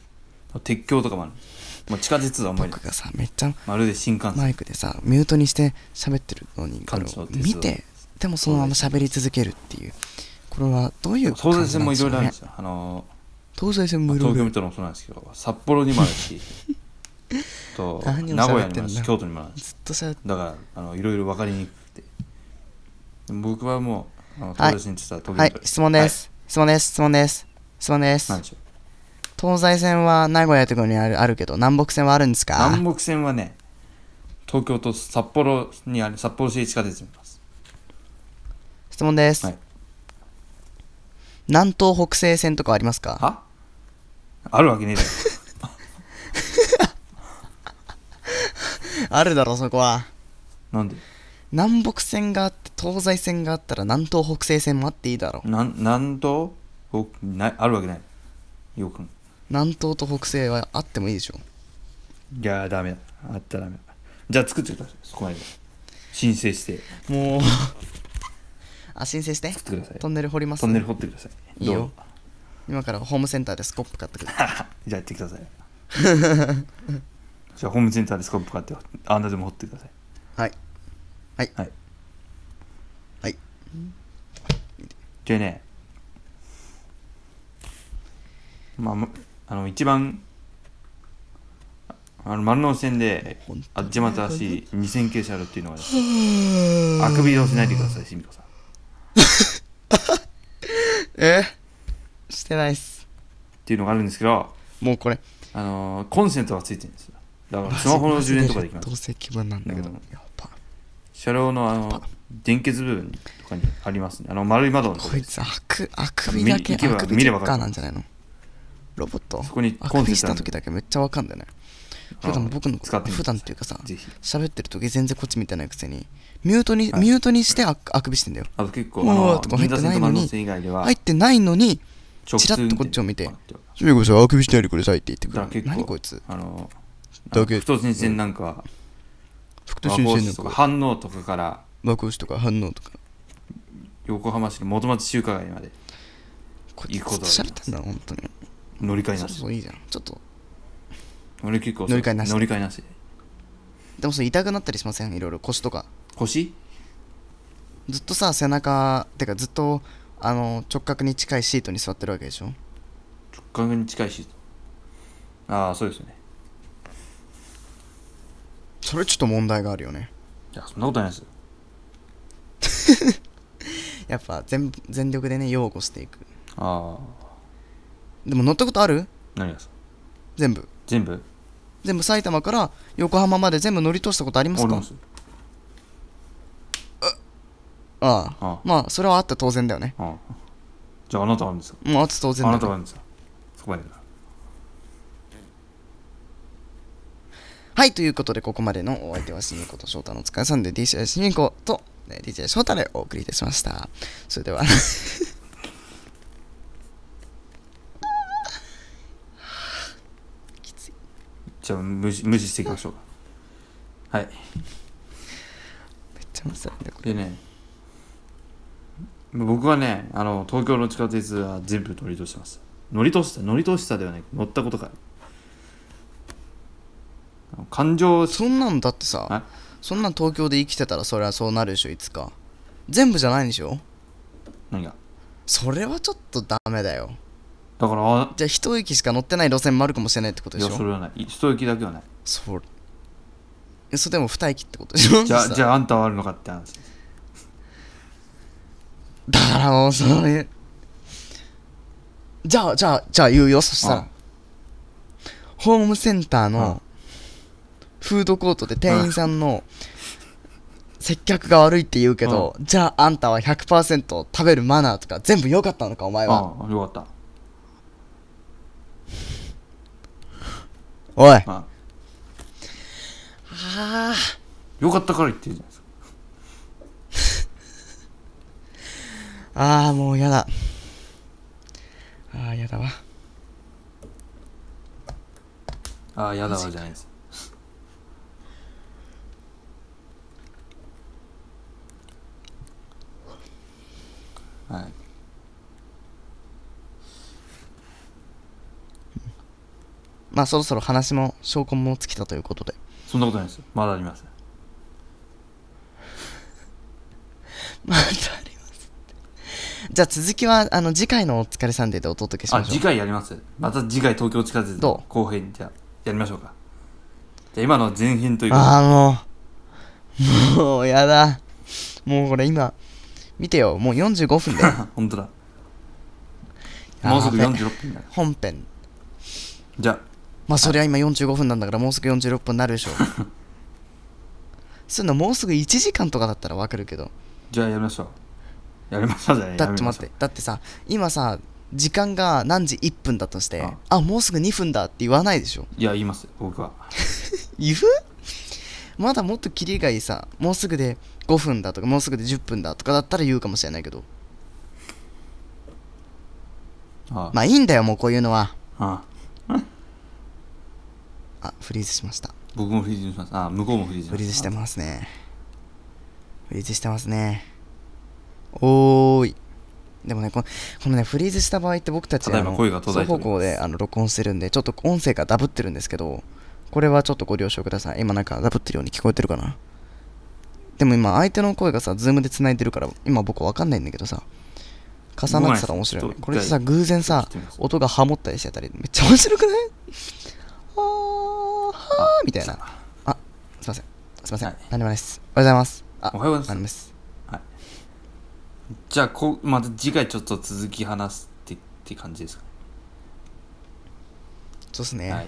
[SPEAKER 1] 鉄橋とかもあるもう地下鉄はあんまり
[SPEAKER 2] 僕がさ、めっちゃ
[SPEAKER 1] まるで新幹線
[SPEAKER 2] マイクでさ、ミュートにして喋ってるのに、これ
[SPEAKER 1] 感想
[SPEAKER 2] を
[SPEAKER 1] です
[SPEAKER 2] 見て、でもそのまま喋り続けるっていう。これはどういう
[SPEAKER 1] 東西線も
[SPEAKER 2] 感
[SPEAKER 1] い
[SPEAKER 2] じ
[SPEAKER 1] ろ
[SPEAKER 2] ないん
[SPEAKER 1] ろあるんで
[SPEAKER 2] で
[SPEAKER 1] す
[SPEAKER 2] しょう
[SPEAKER 1] よ
[SPEAKER 2] ね
[SPEAKER 1] あの
[SPEAKER 2] 東西線もいろい
[SPEAKER 1] 東京
[SPEAKER 2] ろ。
[SPEAKER 1] メトロもそうなんですけど札幌にもある しと名
[SPEAKER 2] 何
[SPEAKER 1] 古
[SPEAKER 2] を
[SPEAKER 1] 屋
[SPEAKER 2] 喋っ
[SPEAKER 1] にもあ
[SPEAKER 2] て
[SPEAKER 1] る
[SPEAKER 2] んだ
[SPEAKER 1] し京都にもあるし
[SPEAKER 2] ずっと喋って
[SPEAKER 1] だからあのいろいろ分かりにくくてでも僕はもうあの
[SPEAKER 2] はい
[SPEAKER 1] 東西線って言ったら東京メ
[SPEAKER 2] はい
[SPEAKER 1] トロ、
[SPEAKER 2] 質問です。質問です。質問です。質問で
[SPEAKER 1] はいなん
[SPEAKER 2] す
[SPEAKER 1] で。しょう
[SPEAKER 2] 東西線は名古屋とかにあるあるけど、南北線はあるんですか
[SPEAKER 1] 南北線はね東京と札幌にある札幌市営地下鉄にいます
[SPEAKER 2] 質問です
[SPEAKER 1] はい。
[SPEAKER 2] 南東北西線とかありますか
[SPEAKER 1] はあるわけねえだろ
[SPEAKER 2] あるだろ、そこは。
[SPEAKER 1] なんで
[SPEAKER 2] 南北線があって、東西線があったら南東北西線もあっていいだろ。
[SPEAKER 1] なん南東北ないあるわけないよくん
[SPEAKER 2] 南東と北西はあってもいいでしょ。
[SPEAKER 1] いやーダメだあったらダメだじゃあ作ってくださいそこまで申請して
[SPEAKER 2] もう。 あ、申請して。
[SPEAKER 1] 作ってください
[SPEAKER 2] トンネル掘ります。
[SPEAKER 1] トンネル掘ってください
[SPEAKER 2] いい
[SPEAKER 1] ど
[SPEAKER 2] よ
[SPEAKER 1] う。
[SPEAKER 2] 今からホームセンターでスコップ買ってくる。
[SPEAKER 1] じゃあやってください じゃあホームセンターでスコップ買ってあんなでも掘ってください
[SPEAKER 2] はい。
[SPEAKER 1] はい
[SPEAKER 2] はい
[SPEAKER 1] でねまあむあの一番あの丸ノ内線であっちまたし2000系車両っていうのがありますあくびをしないでくださいしみこさん
[SPEAKER 2] えしてないっす。
[SPEAKER 1] っていうのがあるんですけど
[SPEAKER 2] もうこれ。
[SPEAKER 1] あのーコンセントがついてるんですよだからスマホの充電とかできま
[SPEAKER 2] ど
[SPEAKER 1] す
[SPEAKER 2] うせ気分なんだけど。
[SPEAKER 1] うん
[SPEAKER 2] やっぱ。
[SPEAKER 1] 車両のあの電結部分とかにありますねあの丸い窓のとこ
[SPEAKER 2] こ
[SPEAKER 1] ろ
[SPEAKER 2] いつ、あく、あくびだけ、
[SPEAKER 1] 見行けば
[SPEAKER 2] あくび
[SPEAKER 1] 見
[SPEAKER 2] チ
[SPEAKER 1] れ
[SPEAKER 2] ェ
[SPEAKER 1] ば
[SPEAKER 2] ッ
[SPEAKER 1] 分
[SPEAKER 2] カ
[SPEAKER 1] か
[SPEAKER 2] ー
[SPEAKER 1] る
[SPEAKER 2] なんじゃないのロボット
[SPEAKER 1] そこに
[SPEAKER 2] あ
[SPEAKER 1] コン
[SPEAKER 2] く
[SPEAKER 1] セント
[SPEAKER 2] びし
[SPEAKER 1] ある
[SPEAKER 2] た時だけめっちゃわかんだよね。
[SPEAKER 1] あ
[SPEAKER 2] 普段僕の
[SPEAKER 1] 使ってみてください
[SPEAKER 2] 普段っていうかさ
[SPEAKER 1] ぜひ
[SPEAKER 2] 喋ってる時全然こっち見てないくせにミュートに、
[SPEAKER 1] はい
[SPEAKER 2] ミュートにしてああくびしてんだよ
[SPEAKER 1] あと結構あ
[SPEAKER 2] うわー
[SPEAKER 1] の
[SPEAKER 2] とか入
[SPEAKER 1] 銀
[SPEAKER 2] っ
[SPEAKER 1] 座
[SPEAKER 2] てな
[SPEAKER 1] 線
[SPEAKER 2] い
[SPEAKER 1] と
[SPEAKER 2] の
[SPEAKER 1] 丸ノ
[SPEAKER 2] に
[SPEAKER 1] 内線以外では
[SPEAKER 2] 入ってないのに
[SPEAKER 1] 直
[SPEAKER 2] チ
[SPEAKER 1] 通
[SPEAKER 2] ラ
[SPEAKER 1] 運
[SPEAKER 2] ッと
[SPEAKER 1] 転
[SPEAKER 2] こっちを見て
[SPEAKER 1] あって
[SPEAKER 2] 「すみこさんあくびしないでください」って言って
[SPEAKER 1] だ
[SPEAKER 2] く
[SPEAKER 1] から
[SPEAKER 2] る
[SPEAKER 1] 結構
[SPEAKER 2] 何こいつ
[SPEAKER 1] あの
[SPEAKER 2] だけ
[SPEAKER 1] 太新線なんかは
[SPEAKER 2] 副都
[SPEAKER 1] 和
[SPEAKER 2] 心
[SPEAKER 1] 光
[SPEAKER 2] 線
[SPEAKER 1] 市
[SPEAKER 2] と
[SPEAKER 1] とか
[SPEAKER 2] か
[SPEAKER 1] 飯能とかから
[SPEAKER 2] 和光市とか反応とか
[SPEAKER 1] 横浜市の元町中華街まで
[SPEAKER 2] こい
[SPEAKER 1] いい
[SPEAKER 2] つ
[SPEAKER 1] ことだ
[SPEAKER 2] ずっと喋ってんだ本当に
[SPEAKER 1] 乗り換え
[SPEAKER 2] そ
[SPEAKER 1] な
[SPEAKER 2] う
[SPEAKER 1] し
[SPEAKER 2] そういいじゃんちょっと
[SPEAKER 1] 俺結構
[SPEAKER 2] 乗り換えなし
[SPEAKER 1] 乗り換えなし
[SPEAKER 2] でもそれ痛くなったりしませんいろいろ腰とか
[SPEAKER 1] 腰
[SPEAKER 2] ずっとさ背中てかずっとあの直角に近いシートに座ってるわけでしょ
[SPEAKER 1] 直角に近いしああそうですよね
[SPEAKER 2] それちょっと問題があるよね
[SPEAKER 1] いやそんなことないですよ
[SPEAKER 2] やっぱ全全力でね擁護していく
[SPEAKER 1] あ
[SPEAKER 2] でも乗ったことある
[SPEAKER 1] あ何がですか
[SPEAKER 2] 全部
[SPEAKER 1] 全部
[SPEAKER 2] 全部埼玉から横浜まで全部乗り通したことあります
[SPEAKER 1] 俺
[SPEAKER 2] か
[SPEAKER 1] もす
[SPEAKER 2] ああ
[SPEAKER 1] ああ
[SPEAKER 2] まあそれはあって当然だよね
[SPEAKER 1] ああじゃああなたはあるんですか
[SPEAKER 2] もうあって当然
[SPEAKER 1] あな
[SPEAKER 2] だよね、
[SPEAKER 1] たはあるんですかそこまでだ
[SPEAKER 2] はいということでここまでのお相手はしみこと翔太のお疲れさんで DJ しみことえー DJ 翔太でお送りいたしましたそれでは
[SPEAKER 1] じゃあ無視無視していきましょうかはい
[SPEAKER 2] めっちゃむさいねこれ
[SPEAKER 1] でね僕はねあの東京の地下鉄は全部乗り通してます乗り通した乗り通したではない乗ったことがある感情
[SPEAKER 2] そんなんだってさ
[SPEAKER 1] は
[SPEAKER 2] そんなん東京で生きてたらそりゃそうなるでしょいつか全部じゃないでしょ
[SPEAKER 1] 何が
[SPEAKER 2] それはちょっとダメだよ
[SPEAKER 1] だからあ
[SPEAKER 2] じゃあ一駅しか乗ってない路線もあるかもしれないってこと
[SPEAKER 1] い
[SPEAKER 2] でし
[SPEAKER 1] や
[SPEAKER 2] ょ
[SPEAKER 1] それはない一息だけはない
[SPEAKER 2] それえそれでも二駅ってことでしょ
[SPEAKER 1] じゃあじ
[SPEAKER 2] ゃ
[SPEAKER 1] ゃああんたはあるのかって話です
[SPEAKER 2] だからもうそういうじゃあじゃあじゃあ言うよそしたら
[SPEAKER 1] うん
[SPEAKER 2] ホームセンター
[SPEAKER 1] うん
[SPEAKER 2] のフードコートで店員さんの接客が悪いって言うけど、じゃああんたは100%食べるマナーとか全部良かったのかお前は
[SPEAKER 1] ああよかっ
[SPEAKER 2] おい
[SPEAKER 1] たあ
[SPEAKER 2] あー
[SPEAKER 1] よかったから言ってるじゃないですか
[SPEAKER 2] あーもうやだあーやだわ
[SPEAKER 1] ああやだわじゃないですはい
[SPEAKER 2] まあそろそろ話も証拠も尽きたということで
[SPEAKER 1] そんなことないですよまだあります
[SPEAKER 2] まだあります ってじゃあ続きはあの次回の「お疲れサンデー」でお届けし
[SPEAKER 1] あ
[SPEAKER 2] ましょう
[SPEAKER 1] 次回やりますまた次回東京地下鉄
[SPEAKER 2] ど
[SPEAKER 1] の後編じゃあやりましょうかじゃあ今の前編というか
[SPEAKER 2] ああもうもうやだもうこれ今見てよもう45 分で
[SPEAKER 1] 本当だ
[SPEAKER 2] べ
[SPEAKER 1] もうすぐ46分だよ
[SPEAKER 2] 本編
[SPEAKER 1] じゃあ
[SPEAKER 2] まあそりゃ今45分なんだからもうすぐ46分になるでしょそういうのもうすぐ1時間とかだったらわかるけど
[SPEAKER 1] じゃあやりましょうやりましょうじゃない
[SPEAKER 2] だって待ってだってさ今さ時間が何時1分だとして
[SPEAKER 1] あ
[SPEAKER 2] あもうすぐ2分だって言わないでしょ
[SPEAKER 1] いや言います僕は
[SPEAKER 2] 言うまだもっとキリがいいさもうすぐで5分だとかもうすぐで10分だとかだったら言うかもしれないけど
[SPEAKER 1] ああ
[SPEAKER 2] まあいいんだよもうこういうのは
[SPEAKER 1] ああ
[SPEAKER 2] あフリーズしました
[SPEAKER 1] 僕もフリーズしますああ向こうもフリーズ
[SPEAKER 2] フリーズして
[SPEAKER 1] す
[SPEAKER 2] ますねフリーズしてますねおーいでもねこのこのねフリーズした場合って僕たち
[SPEAKER 1] ただい
[SPEAKER 2] あ
[SPEAKER 1] ま
[SPEAKER 2] の
[SPEAKER 1] 声が途絶え
[SPEAKER 2] 双
[SPEAKER 1] ております
[SPEAKER 2] 方向であの録音してるんでちょっと音声がダブってるんですけどこれはちょっとご了承ください今なんかダブってるように聞こえてるかなでも今相手の声がさズームで繋いでるから今僕わかんないんだけどさ重なってたら面白いよね
[SPEAKER 1] ちょっと
[SPEAKER 2] これってさ偶然
[SPEAKER 1] ちょ
[SPEAKER 2] さ
[SPEAKER 1] っと聞いてみます
[SPEAKER 2] 音がハモったりしてたりめっちゃ面白くないあーはーみたいなあすいませんすいません、
[SPEAKER 1] はい
[SPEAKER 2] 何もないですおはようございますあ
[SPEAKER 1] おはようござい
[SPEAKER 2] 何も
[SPEAKER 1] ま
[SPEAKER 2] ないですす
[SPEAKER 1] じゃあこうまた次回ちょっと続き話すってって感じですか
[SPEAKER 2] そうっすね、
[SPEAKER 1] ねはい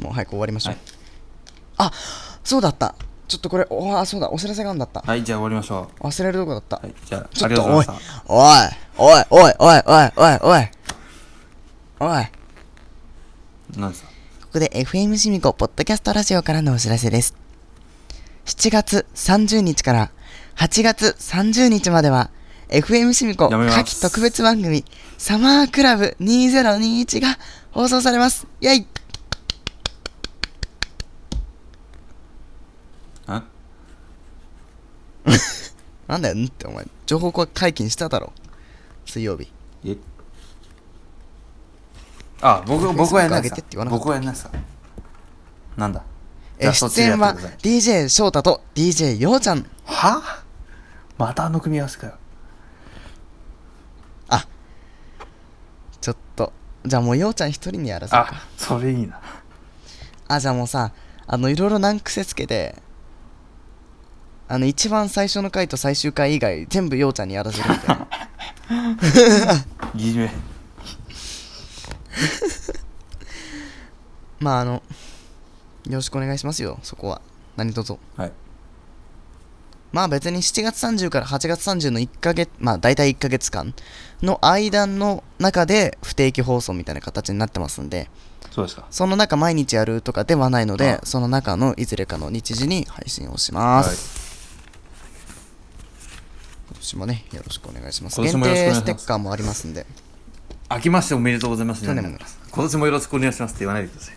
[SPEAKER 2] もう早く終わりましょう、
[SPEAKER 1] はい
[SPEAKER 2] あそうだったちょっとこれおあそうだお知らせがあんだった、
[SPEAKER 1] はいじゃあ終わりましょ
[SPEAKER 2] 忘れるとこだった、
[SPEAKER 1] うはいじゃあ
[SPEAKER 2] ちょ
[SPEAKER 1] あ
[SPEAKER 2] っ
[SPEAKER 1] りがと
[SPEAKER 2] と
[SPEAKER 1] う
[SPEAKER 2] お
[SPEAKER 1] ご
[SPEAKER 2] い
[SPEAKER 1] ざいました
[SPEAKER 2] おいおいおいおいおいおいおいおい
[SPEAKER 1] 何ですか
[SPEAKER 2] ここで FM シミコポッドキャストラジオからのお知らせです。7月30日から8月30日までは FM シミコ
[SPEAKER 1] やめます
[SPEAKER 2] 夏季特別番組サマークラブ2021が放送されます。イェイ
[SPEAKER 1] あ
[SPEAKER 2] なんだよ、んってお前、情報解禁しただろ。水曜日。
[SPEAKER 1] えあ 僕僕はやんないっす
[SPEAKER 2] 上げて
[SPEAKER 1] か
[SPEAKER 2] って言わなかった
[SPEAKER 1] 僕はやんないっすかなんだじゃ
[SPEAKER 2] え
[SPEAKER 1] あそっち
[SPEAKER 2] 出
[SPEAKER 1] でやっ
[SPEAKER 2] 演
[SPEAKER 1] てくだ
[SPEAKER 2] は
[SPEAKER 1] さい
[SPEAKER 2] DJ 翔太と DJ ようちゃん。
[SPEAKER 1] はまたあの組み合わせかよ
[SPEAKER 2] あ、ちょっと、じゃあもうようちゃん一人にやらせるか。
[SPEAKER 1] あそれいいな
[SPEAKER 2] あじゃあもうさあのいろいろ難癖つけてあの一番最初の回と最終回以外全部ようちゃんにやらせるみ たいな
[SPEAKER 1] いじめ
[SPEAKER 2] まああのよろしくお願いしますよそこは何卒
[SPEAKER 1] はい
[SPEAKER 2] まあ別に7月30から8月30の1ヶ月まあ大体1ヶ月間の間の中で不定期放送みたいな形になってますんで
[SPEAKER 1] そうですか
[SPEAKER 2] その中毎日やるとかではないので
[SPEAKER 1] あ
[SPEAKER 2] その中のいずれかの日時に配信をします、今年もねよろしくお願いします
[SPEAKER 1] 今年
[SPEAKER 2] 限
[SPEAKER 1] もよろしくお願いしま
[SPEAKER 2] 定ス
[SPEAKER 1] す
[SPEAKER 2] テッカーもありますんで
[SPEAKER 1] 明けましておめでとうございます
[SPEAKER 2] 去年もです
[SPEAKER 1] 今年もよろしくお願いしますって言わないでください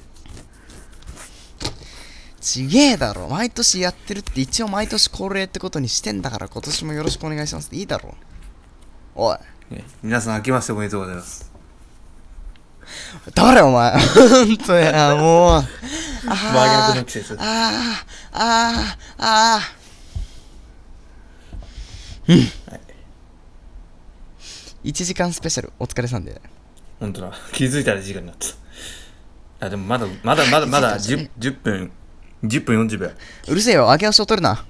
[SPEAKER 2] ちげえだろ毎年やってるって一応毎年恒例ってことにしてんだから今年もよろしくお願いしますっていいだろおい
[SPEAKER 1] え皆さん明けましておめでとうございます
[SPEAKER 2] 誰お前本当に あもう
[SPEAKER 1] 真逆の季節。
[SPEAKER 2] ああああああうん1時間スペシャルお疲れさんで
[SPEAKER 1] 本当だ。気づいたら時間になった。あ、でもまだ、まだまだまだ
[SPEAKER 2] 気づい
[SPEAKER 1] 10、10分、10分40秒。
[SPEAKER 2] うるせえよ明け足を取るな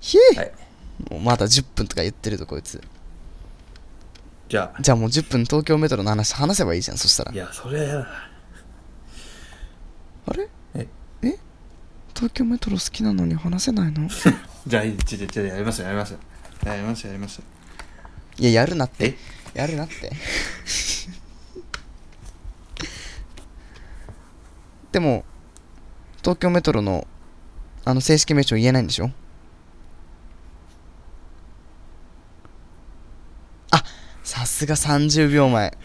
[SPEAKER 2] ひえ、
[SPEAKER 1] はい。
[SPEAKER 2] もうまだ10分とか言ってるぞこいつ
[SPEAKER 1] じゃあ、
[SPEAKER 2] じゃあもう10分東京メトロの話話せばいいじゃんそしたら
[SPEAKER 1] いや、それはやだな。
[SPEAKER 2] あれ
[SPEAKER 1] え
[SPEAKER 2] え東京メトロ好きなのに話せないの
[SPEAKER 1] じゃあ、いいちょ、ちょ、ちょ、やりますよ、やりますよ。やりますよ、やりますよ。
[SPEAKER 2] いややるなって
[SPEAKER 1] え
[SPEAKER 2] やるなってでも東京メトロのあの正式名称言えないんでしょあさすが30秒前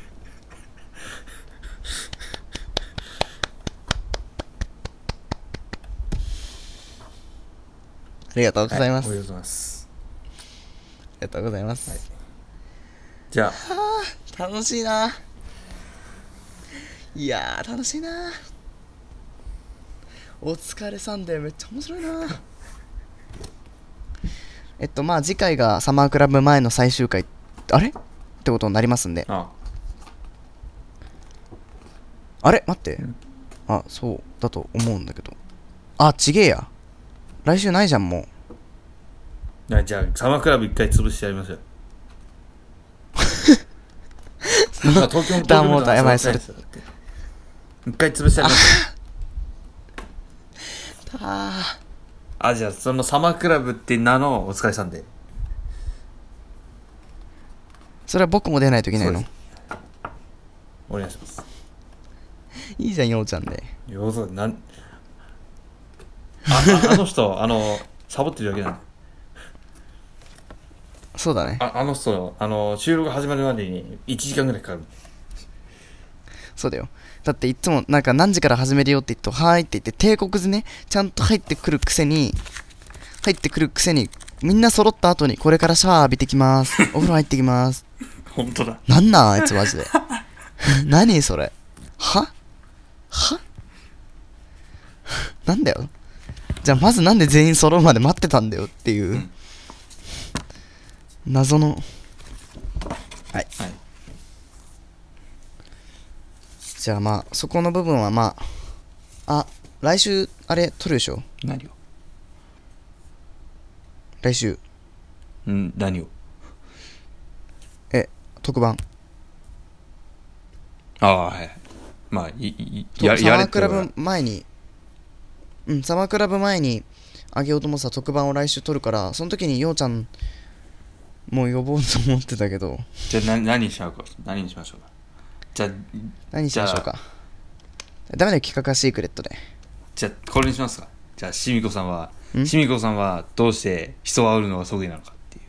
[SPEAKER 2] ありがとうございま
[SPEAKER 1] はお
[SPEAKER 2] す、あ
[SPEAKER 1] はようございます。
[SPEAKER 2] りがとうございます、
[SPEAKER 1] じゃあ、
[SPEAKER 2] 楽しいないやー楽しいなお疲れさんでめっちゃ面白いなえっとまあ次回がサマークラブ前の最終回あれってことになりますんで
[SPEAKER 1] あ
[SPEAKER 2] あれ待ってあそうだと思うんだけどあちげえや来週ないじゃんもう
[SPEAKER 1] じゃあ、じゃあサマークラブ一回潰してやります よ。まあ東京の
[SPEAKER 2] ダモーだやばいそれ
[SPEAKER 1] 東京の話ですよだって一回潰してやりますよ
[SPEAKER 2] あ
[SPEAKER 1] あ、じゃあ、そのサマークラブって名のお疲れさんで。
[SPEAKER 2] それは僕も出ないといけない
[SPEAKER 1] そう
[SPEAKER 2] の
[SPEAKER 1] ですお願いします。
[SPEAKER 2] いいじゃんようちゃんで
[SPEAKER 1] 要するになんあああの人あのサボってるだけなの
[SPEAKER 2] そうだね
[SPEAKER 1] ああの人あの収録始まるまでに1時間ぐらいかかる
[SPEAKER 2] そうだよだっていつもなんか何時から始めるよって言うと「はーい」って言って帝国図ねちゃんと入ってくるくせに入ってくるくせにみんな揃った後にこれからシャワー浴びてきますお風呂入ってきます
[SPEAKER 1] 本当だ
[SPEAKER 2] なんなんあいつマジで 何それははなんだよじゃあまずなんで全員揃うまで待ってたんだよっていう謎のはい
[SPEAKER 1] はい
[SPEAKER 2] じゃあまあそこの部分はまああ来週あれ撮るでしょ
[SPEAKER 1] 何を
[SPEAKER 2] 来週
[SPEAKER 1] うん何を
[SPEAKER 2] え特番
[SPEAKER 1] ああはいはいまあいいいや
[SPEAKER 2] サ
[SPEAKER 1] や
[SPEAKER 2] マ
[SPEAKER 1] れ
[SPEAKER 2] ー
[SPEAKER 1] って
[SPEAKER 2] ク
[SPEAKER 1] こ
[SPEAKER 2] ラ
[SPEAKER 1] とだ
[SPEAKER 2] ブ前にうんサマークラブ前にあげようと思ってた特番を来週撮るからその時にようちゃんもう呼ぼうと思ってたけど
[SPEAKER 1] じゃあな何にしようか何にしましょうかじゃあ
[SPEAKER 2] 何にしましょうかダメだよ企画はシークレットで
[SPEAKER 1] じゃあこれにしますかじゃあシミコさんは
[SPEAKER 2] ん
[SPEAKER 1] シミコさんはどうして人を煽るのが得意なのかってい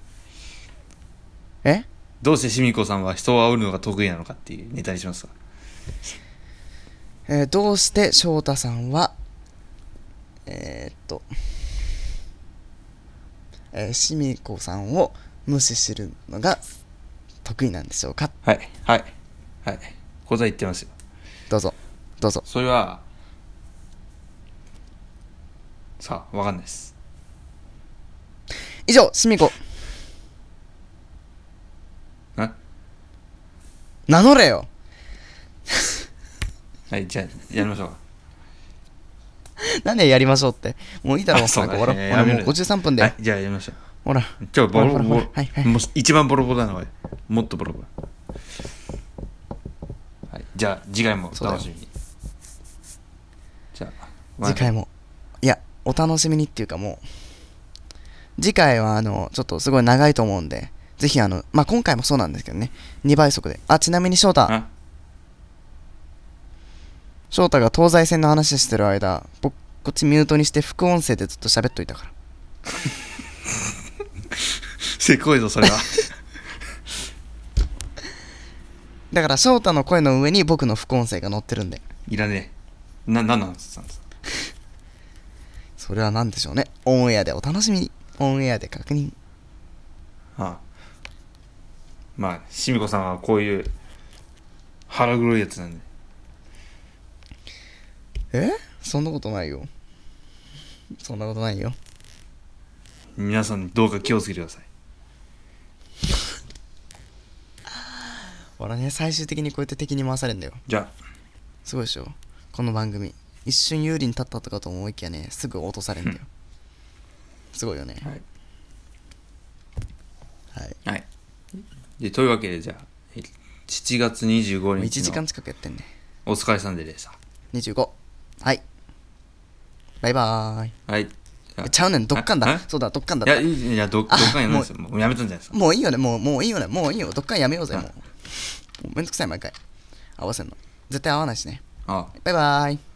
[SPEAKER 1] う
[SPEAKER 2] え
[SPEAKER 1] どうしてシミコさんは人を煽るのが得意なのかっていうネタにしますか
[SPEAKER 2] えーどうして翔太さんはえーっと、えー、シミ子さんを無視するのが得意なんでしょうか
[SPEAKER 1] はいはいはい答え言ってますよ
[SPEAKER 2] どうぞどうぞ
[SPEAKER 1] それはさあわかんないです
[SPEAKER 2] 以上シミ子
[SPEAKER 1] な
[SPEAKER 2] 名乗れよ
[SPEAKER 1] はいじゃあやりましょうか
[SPEAKER 2] なんでやりましょうってもういいだろ
[SPEAKER 1] あそうだ
[SPEAKER 2] なんか
[SPEAKER 1] い
[SPEAKER 2] 終
[SPEAKER 1] や
[SPEAKER 2] わ
[SPEAKER 1] や
[SPEAKER 2] ろう
[SPEAKER 1] め
[SPEAKER 2] ほ
[SPEAKER 1] る
[SPEAKER 2] らもう53分で、
[SPEAKER 1] はいじゃあやりましょう
[SPEAKER 2] ほら
[SPEAKER 1] 今日ボロボロ
[SPEAKER 2] ほらほらほらはいはい
[SPEAKER 1] もう一番ボロボロなのはもっとボロボロはいじゃあ次回もお楽しみにじゃあ
[SPEAKER 2] 次回
[SPEAKER 1] も
[SPEAKER 2] もいやお楽しみにっていうかもう次回はあのちょっとすごい長いと思うんでぜひあのまあ今回もそうなんですけどね2倍速であちなみに翔太
[SPEAKER 1] あ
[SPEAKER 2] 翔太が東西線の話してる間僕こっちミュートにして副音声でずっと喋っといたから
[SPEAKER 1] せこいぞそれは
[SPEAKER 2] だから翔太の声の上に僕の副音声が載ってるんで
[SPEAKER 1] いらねえな何なんですか
[SPEAKER 2] それは何でしょうねオンエアでお楽しみにオンエアで確認
[SPEAKER 1] ああまあ、しみこさんはこういう腹黒いやつなんで
[SPEAKER 2] えそんなことないよそんなことないよ
[SPEAKER 1] 皆さんどうか気をつけてください
[SPEAKER 2] 俺はね最終的にこうやって敵に回されるんだよ
[SPEAKER 1] じゃ
[SPEAKER 2] すごいでしょこの番組一瞬有利に立ったとかと思いきやねすぐ落とされるんだよ すごいよね
[SPEAKER 1] はい
[SPEAKER 2] はい
[SPEAKER 1] あはいでというわけでじゃあえ7月25
[SPEAKER 2] もう1
[SPEAKER 1] 日
[SPEAKER 2] 時間
[SPEAKER 1] の
[SPEAKER 2] 近くやってんね
[SPEAKER 1] お疲れさんででした
[SPEAKER 2] 25はいバイバーイ
[SPEAKER 1] はいじゃあ
[SPEAKER 2] えちゃうねんどっかん
[SPEAKER 1] あ
[SPEAKER 2] だ
[SPEAKER 1] え
[SPEAKER 2] そうだどっかんだ
[SPEAKER 1] いやいいいやどどっかんやないですよもうやめたんじゃないですか
[SPEAKER 2] もういいよねもうもういいよねもういいよどっかんやめようぜ
[SPEAKER 1] あ
[SPEAKER 2] もうもうめんどくさい毎回合わせんの絶対合わないしね
[SPEAKER 1] ああ
[SPEAKER 2] バイバーイ